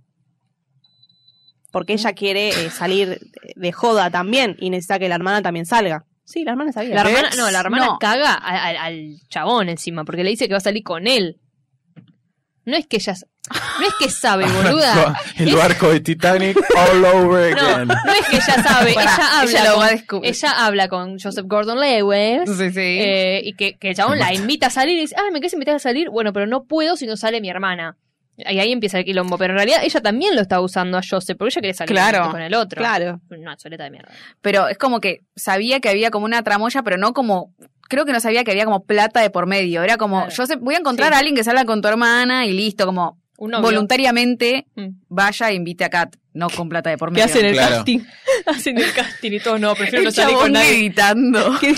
Speaker 3: Porque ella quiere eh, salir de joda también y necesita que la hermana también salga. Sí, la hermana sabía.
Speaker 4: La hermana, no, la hermana
Speaker 2: No.
Speaker 4: caga a- a- al chabón encima, porque le dice que va a salir con él. No es que ella, no es que [laughs] sabe, boluda.
Speaker 1: [laughs]
Speaker 4: Es-
Speaker 1: barco de Titanic all over
Speaker 4: No, no es que ella sabe,
Speaker 2: Pará,
Speaker 4: ella habla,
Speaker 2: ella lo va a
Speaker 4: con,
Speaker 2: descubrir.
Speaker 4: ella habla con Joseph Gordon-Lewis.
Speaker 2: Sí, sí.
Speaker 4: Eh, y que, que el chabón la invita a salir y dice, ah, me querés invitar a salir, bueno, pero no puedo si no sale mi hermana. Y ahí empieza el quilombo, pero en realidad ella también lo está usando a Joseph, porque ella quiere salir
Speaker 2: Claro,
Speaker 4: con el otro.
Speaker 3: Claro.
Speaker 4: Una soleta de mierda.
Speaker 2: pero es como que sabía que había como una tramoya, pero no como. Creo que no sabía que había como plata de por medio. Era como,
Speaker 4: Claro.
Speaker 2: yo sé- voy a encontrar
Speaker 4: Sí.
Speaker 2: a alguien que salga con tu hermana y listo, como
Speaker 4: Un novio.
Speaker 2: voluntariamente
Speaker 4: Mm.
Speaker 2: vaya e invite a Kat, no con plata de por
Speaker 4: que
Speaker 2: medio.
Speaker 4: [laughs] hacen el
Speaker 1: Claro.
Speaker 4: casting. Hacen el casting y todo, no,
Speaker 2: [laughs]
Speaker 4: prefiero
Speaker 2: El
Speaker 4: no salir con
Speaker 2: chabón [laughs]
Speaker 4: nadie.
Speaker 2: editando.
Speaker 4: Que-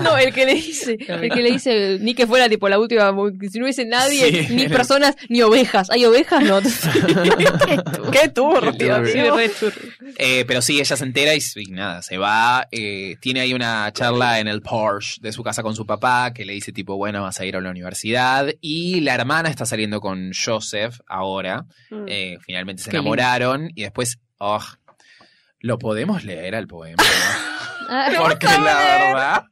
Speaker 4: No, el que le dice, el que le dice, ni que fuera tipo la última, porque si no hubiese nadie,
Speaker 1: Sí.
Speaker 4: ni personas, ni ovejas. ¿Hay ovejas? [laughs] No.
Speaker 2: Qué turro,
Speaker 1: Qué turbio.
Speaker 2: Sí, re turbio.
Speaker 1: Eh, pero sí, ella se entera y, y nada, se va. eh, tiene ahí una charla en el Porsche de su casa con su papá que le dice tipo, bueno, vas a ir a la universidad. Y la hermana está saliendo con Joseph ahora.
Speaker 3: Mm.
Speaker 1: Eh, finalmente se
Speaker 2: Qué lindo.
Speaker 1: enamoraron y después, oh, lo podemos leer al
Speaker 2: [laughs]
Speaker 1: poema.
Speaker 4: Ah,
Speaker 1: Porque la verdad,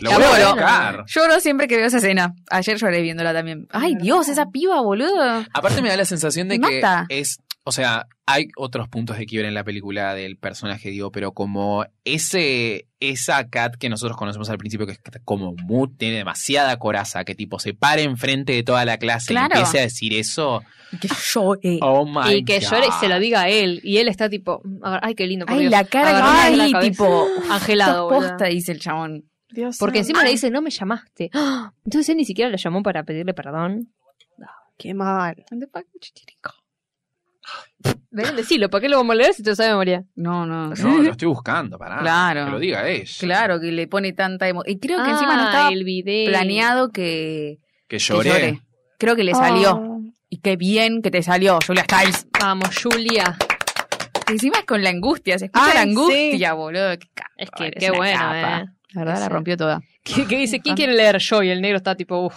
Speaker 1: lo
Speaker 2: Está
Speaker 1: voy a
Speaker 2: bueno.
Speaker 1: buscar.
Speaker 2: Lloro siempre que veo esa escena. Ayer lloré viéndola también. Ay, Dios, esa piba, boludo.
Speaker 1: Aparte me da la sensación de
Speaker 2: Me
Speaker 1: que
Speaker 2: mata.
Speaker 1: es, o sea, hay otros puntos de quiebre en la película del personaje, digo, pero como ese, esa Kat que nosotros conocemos al principio, que es como muy, tiene demasiada coraza, que tipo se para enfrente de toda la clase
Speaker 2: Claro.
Speaker 1: y empiece a decir eso,
Speaker 2: Y que eh, llore.
Speaker 1: oh my
Speaker 4: y que
Speaker 1: God.
Speaker 4: llore y se lo diga a él. Y él está tipo, agar- ay, qué lindo. por
Speaker 2: Ay,
Speaker 4: Dios.
Speaker 2: la cara que
Speaker 4: Agarrándole
Speaker 2: tiene
Speaker 4: la
Speaker 2: ahí,
Speaker 4: cabeza.
Speaker 2: tipo.
Speaker 4: Angelado,
Speaker 2: "Sos
Speaker 4: boludo.
Speaker 2: posta, dice el chabón.
Speaker 3: Mm.
Speaker 5: Dios
Speaker 4: Porque
Speaker 5: mío.
Speaker 4: encima le dice, no me llamaste. [gasps] ¡Ah! Entonces él ni siquiera lo llamó para pedirle perdón.
Speaker 3: Qué mal.
Speaker 2: What the fuck, chichirico?
Speaker 4: Deberían decirlo, ¿para qué lo vamos a leer si te lo sabe María?
Speaker 2: No, no.
Speaker 1: No, lo estoy buscando, pará.
Speaker 2: Claro.
Speaker 1: Que lo diga ella.
Speaker 2: Claro que le pone tanta emoción. Y creo que encima no estaba
Speaker 4: Ah, el video.
Speaker 2: planeado que,
Speaker 1: Que
Speaker 2: que
Speaker 1: lloré.
Speaker 2: llore. Creo que le salió. Y qué bien que te salió, Julia Stiles.
Speaker 4: Vamos, Julia.
Speaker 2: Y encima es con la angustia. Se escucha
Speaker 3: Ay,
Speaker 2: Ah, la angustia, boludo. Qué ca-
Speaker 4: Es que
Speaker 2: Ay,
Speaker 4: qué
Speaker 2: una Ah.
Speaker 4: bueno,
Speaker 2: capa.
Speaker 4: eh.
Speaker 2: La verdad,
Speaker 4: Sí.
Speaker 2: la rompió toda.
Speaker 4: Que, que dice, ¿quién quiere leer yo? Y el negro está tipo, uff,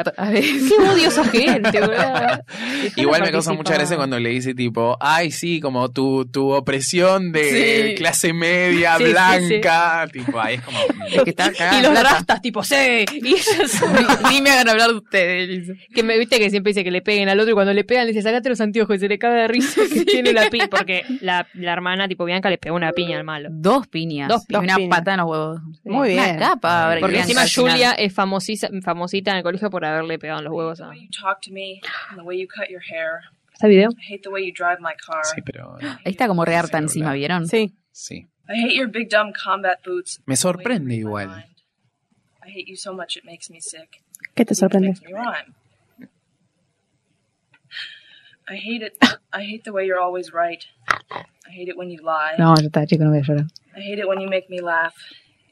Speaker 2: [laughs] Otra vez.
Speaker 4: Qué odiosa gente, boludo.
Speaker 1: [laughs] Igual me causa mucha gracia cuando le dice tipo, ay sí, como tu, tu opresión de
Speaker 2: Sí.
Speaker 1: clase media,
Speaker 4: Sí, sí,
Speaker 1: blanca, tipo, ahí es como...
Speaker 2: Es que está cagada de
Speaker 4: Y los
Speaker 2: plata.
Speaker 4: rastas, tipo, sí. Y [laughs] ellos-
Speaker 2: Ni- Ni me hagan hablar de ustedes. dice.
Speaker 4: que me viste que siempre dice que le peguen al otro y cuando le pegan le dice, sacate los anteojos y se le caga de risa [laughs] que tiene la piña. Porque la, la hermana, tipo Bianca, le pegó una piña al malo.
Speaker 2: Dos piñas.
Speaker 4: Dos
Speaker 2: y una
Speaker 3: piñas.
Speaker 2: pata en los huevos.
Speaker 3: Muy bien.
Speaker 2: Una capa. habrá que
Speaker 4: Porque
Speaker 1: Bien,
Speaker 4: encima
Speaker 2: al final.
Speaker 4: Julia es famosisa- famosita en el colegio por haberle pegado en los huevos
Speaker 6: The
Speaker 4: a...
Speaker 6: way you talk to me and the way you cut your hair.
Speaker 4: ¿Está video?
Speaker 6: I hate the way you drive my car.
Speaker 1: Sí, pero...
Speaker 2: Ahí está como re harta
Speaker 1: Sí,
Speaker 2: encima,
Speaker 1: boludo.
Speaker 2: ¿vieron?
Speaker 3: Ah. Sí.
Speaker 1: Sí.
Speaker 6: I hate your big dumb combat boots.
Speaker 1: Me
Speaker 6: and the way you
Speaker 1: sorprende
Speaker 6: read my
Speaker 1: igual.
Speaker 6: mind. I hate you so much it makes me sick.
Speaker 3: ¿Qué te
Speaker 6: It
Speaker 3: sorprende?
Speaker 6: makes me rhyme. I hate it. I hate the way you're always right. I hate it when you lie.
Speaker 2: No, ya está, chico, no voy a llorar.
Speaker 6: I hate it when you make me laugh.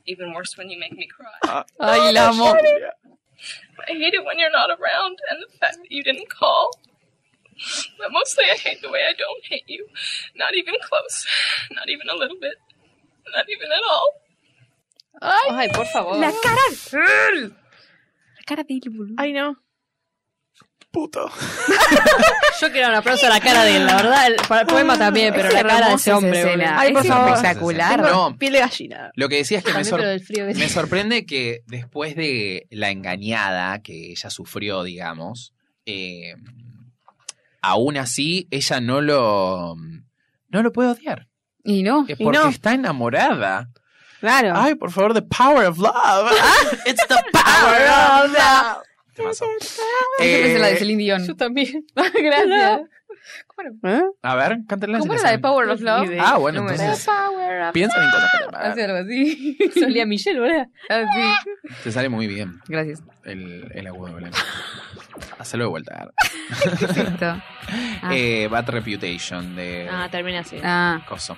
Speaker 6: Even worse when you make me cry.
Speaker 2: Ay, la amo.
Speaker 6: I hate it when you're not around and the fact that you didn't call. But mostly I hate the way I don't hate you. Not even close. Not even a little bit. Not even at all.
Speaker 4: Ay, por favor.
Speaker 2: La cara de él, boludo.
Speaker 3: Ay, no.
Speaker 1: Puto.
Speaker 4: Yo quiero un aplauso a la cara de él, la verdad. el- para el poema también, pero la cara de Ah, ese hombre. boludo.
Speaker 2: Ay, por
Speaker 3: Es
Speaker 2: favor.
Speaker 1: espectacular.
Speaker 2: espectacular.
Speaker 1: No.
Speaker 3: Piel de gallina.
Speaker 1: Lo que decía es que me,
Speaker 4: También,
Speaker 1: sor-
Speaker 4: pero del frío que
Speaker 1: me sorprende que después de la engañada que ella sufrió, digamos, eh, aún así ella no lo... No lo puede odiar.
Speaker 2: Y no.
Speaker 1: Es
Speaker 3: Y
Speaker 1: porque
Speaker 3: no.
Speaker 1: está enamorada.
Speaker 3: Claro.
Speaker 1: Ay, por favor, the power of love.
Speaker 2: Ah,
Speaker 1: It's the [laughs] power of love. Temazo.
Speaker 2: Yo pensé en la de
Speaker 1: Eh,
Speaker 2: Celine Dion.
Speaker 4: [laughs] Yo también. [laughs] Gracias.
Speaker 3: ¿Eh?
Speaker 1: a ver, cántala.
Speaker 2: ¿Cómo
Speaker 1: si
Speaker 2: era la
Speaker 1: saben.
Speaker 2: de Power of Love?
Speaker 1: Ah, bueno,
Speaker 4: No me
Speaker 1: entonces
Speaker 2: Power of
Speaker 1: piensa en cosas que te
Speaker 2: Hace
Speaker 1: pagan.
Speaker 2: algo así. [laughs]
Speaker 4: Solía Michelle, ¿verdad?
Speaker 2: Así.
Speaker 1: Te sale muy bien
Speaker 2: Gracias.
Speaker 1: el, el agudo, Belén.
Speaker 2: [laughs]
Speaker 1: Hacelo de vuelta.
Speaker 2: Listo. Ah.
Speaker 1: Eh, Bad Reputation de
Speaker 4: Ah, termina así.
Speaker 2: Ah.
Speaker 1: Coso.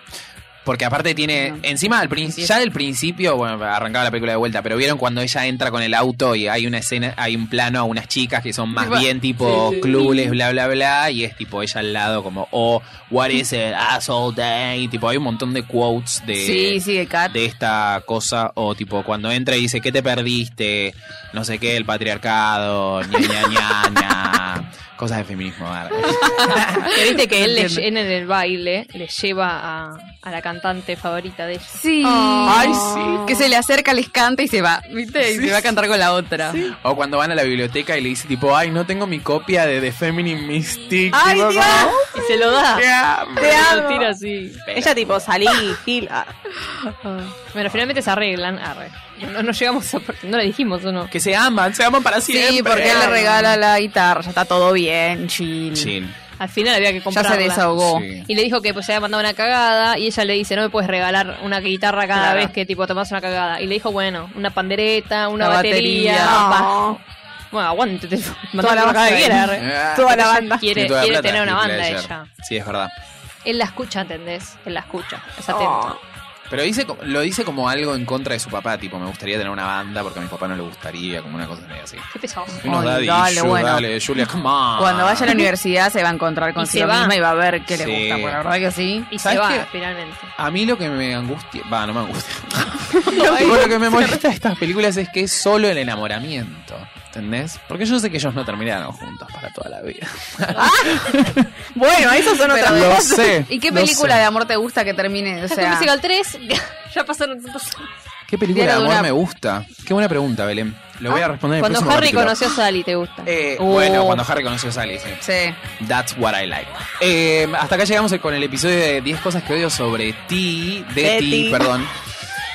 Speaker 1: Porque aparte tiene,
Speaker 2: No.
Speaker 1: encima al prin- ya del principio, bueno, arrancaba la película de vuelta, pero vieron cuando ella entra con el auto y hay una escena, hay un plano a unas chicas que son más
Speaker 2: Tipo,
Speaker 1: bien tipo
Speaker 2: sí, sí.
Speaker 1: clueless, bla, bla, bla, y es tipo ella al lado como, oh, what is it, asshole day, tipo hay un montón de quotes de,
Speaker 2: Sí, sí, de Cat.
Speaker 1: eh, de esta cosa, o tipo cuando entra y dice, ¿qué te perdiste? No sé qué, el patriarcado, ña, ña, ña,
Speaker 2: [laughs]
Speaker 1: ña. cosas de feminismo. a ver.
Speaker 2: Ah,
Speaker 4: Que viste que él le-
Speaker 2: Entiendo.
Speaker 4: en el baile le lleva a, a la cantante favorita de ella.
Speaker 2: Sí.
Speaker 1: Ay, sí.
Speaker 2: Que se le acerca, les canta y se va. ¿Viste? Y se va a cantar con la otra.
Speaker 1: O cuando van a la biblioteca y le dice tipo, ay, no tengo mi copia de The Feminine Mystic.
Speaker 2: Ay,
Speaker 1: Tipo,
Speaker 2: Dios.
Speaker 1: como,
Speaker 4: Y se lo da.
Speaker 1: "Te amo".
Speaker 3: Te amo.
Speaker 4: Lo tira así.
Speaker 3: Ella tipo salí, gila.
Speaker 4: Bueno, finalmente se arreglan. Arre. No, no llegamos a... No le dijimos, ¿o no?
Speaker 1: Que se aman, se aman para siempre.
Speaker 2: Sí, porque él le regala la guitarra. Ya está todo bien, chill.
Speaker 1: Chill.
Speaker 4: Al final había que
Speaker 2: Ya
Speaker 4: comprarla.
Speaker 2: se desahogó.
Speaker 1: Sí.
Speaker 4: Y le dijo que pues, se había mandado una cagada y ella le dice, no me puedes regalar una guitarra cada
Speaker 2: Claro.
Speaker 4: vez que tipo tomas una cagada. Y le dijo, bueno, una pandereta, una
Speaker 2: Una
Speaker 4: batería.
Speaker 2: batería.
Speaker 4: va.
Speaker 3: No.
Speaker 4: Bueno, aguante, te
Speaker 3: Ah.
Speaker 4: [laughs]
Speaker 3: Toda
Speaker 4: mandame
Speaker 3: la
Speaker 4: una
Speaker 3: banda.
Speaker 4: cagada que [laughs] quieras.
Speaker 1: Ah,
Speaker 3: Toda la
Speaker 4: Ella
Speaker 3: banda.
Speaker 4: Quiere,
Speaker 1: tiene toda la
Speaker 4: quiere
Speaker 1: plata,
Speaker 4: tener una
Speaker 1: Heath
Speaker 4: banda
Speaker 1: Ledger.
Speaker 4: ella.
Speaker 1: Sí, es verdad.
Speaker 4: Él la escucha, ¿entendés? Él la escucha. Es atento.
Speaker 3: Oh.
Speaker 1: Pero dice, co- lo dice como algo en contra de su papá, tipo, me gustaría tener una banda porque a mi papá no le gustaría, como una cosa medio así.
Speaker 4: Qué pesado.
Speaker 1: No,
Speaker 2: Ay,
Speaker 1: daddy
Speaker 2: dale,
Speaker 1: issue,
Speaker 2: bueno.
Speaker 1: dale, Julia, come on.
Speaker 2: Cuando vaya a la universidad se va a encontrar con
Speaker 4: Y
Speaker 2: sí
Speaker 4: se va.
Speaker 2: misma y va a ver qué le
Speaker 1: Sí.
Speaker 2: gusta, porque la verdad que sí.
Speaker 4: Y se
Speaker 1: ¿Sabes
Speaker 4: va,
Speaker 1: qué?
Speaker 4: finalmente.
Speaker 1: A mí lo que me angustia, va, no me angustia. [laughs] Tipo, lo que me molesta de estas películas es que es solo el enamoramiento, ¿entendés? Porque yo sé que ellos no terminaron juntos para toda la vida.
Speaker 2: Bueno, eso son otras
Speaker 1: Lo
Speaker 2: cosas.
Speaker 1: sé,
Speaker 2: [laughs] ¿Y qué
Speaker 1: lo
Speaker 2: película
Speaker 1: sé.
Speaker 2: de amor te gusta que termine? O
Speaker 4: High School
Speaker 2: sea,
Speaker 4: Musical 3, [laughs] ya pasaron tantos años.
Speaker 1: ¿Qué película de
Speaker 2: Diario
Speaker 1: amor
Speaker 2: de una-
Speaker 1: me gusta? Qué buena pregunta, Belén. Lo voy a responder en el
Speaker 4: Ah, Cuando
Speaker 1: próximo
Speaker 4: Harry
Speaker 1: capítulo.
Speaker 4: conoció a Sally, ¿te gusta?
Speaker 1: Eh,
Speaker 2: Oh.
Speaker 1: Bueno, cuando Harry conoció a Sally, sí.
Speaker 2: sí.
Speaker 1: That's what I like. Eh, hasta acá llegamos con el episodio de 10 cosas que odio sobre ti, de,
Speaker 3: De
Speaker 1: ti,
Speaker 3: ti.
Speaker 2: [laughs]
Speaker 1: perdón.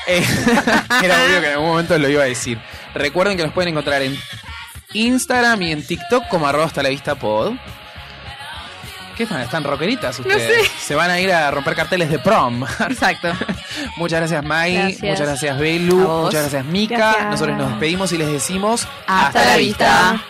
Speaker 1: Eh, [laughs] era obvio que en algún momento lo iba a decir. Recuerden que nos pueden encontrar en Instagram y en TikTok como arroba hasta la vista pod. ¿Qué están? ¿Están rockeritas ustedes? Se van a ir a romper carteles de prom. [laughs]
Speaker 2: Exacto.
Speaker 1: muchas gracias Mai,
Speaker 4: Gracias.
Speaker 1: muchas gracias
Speaker 2: A
Speaker 1: Belu,
Speaker 2: vos.
Speaker 1: muchas gracias Mika.
Speaker 3: Gracias.
Speaker 1: Nosotros nos despedimos y les decimos
Speaker 2: Hasta la vista.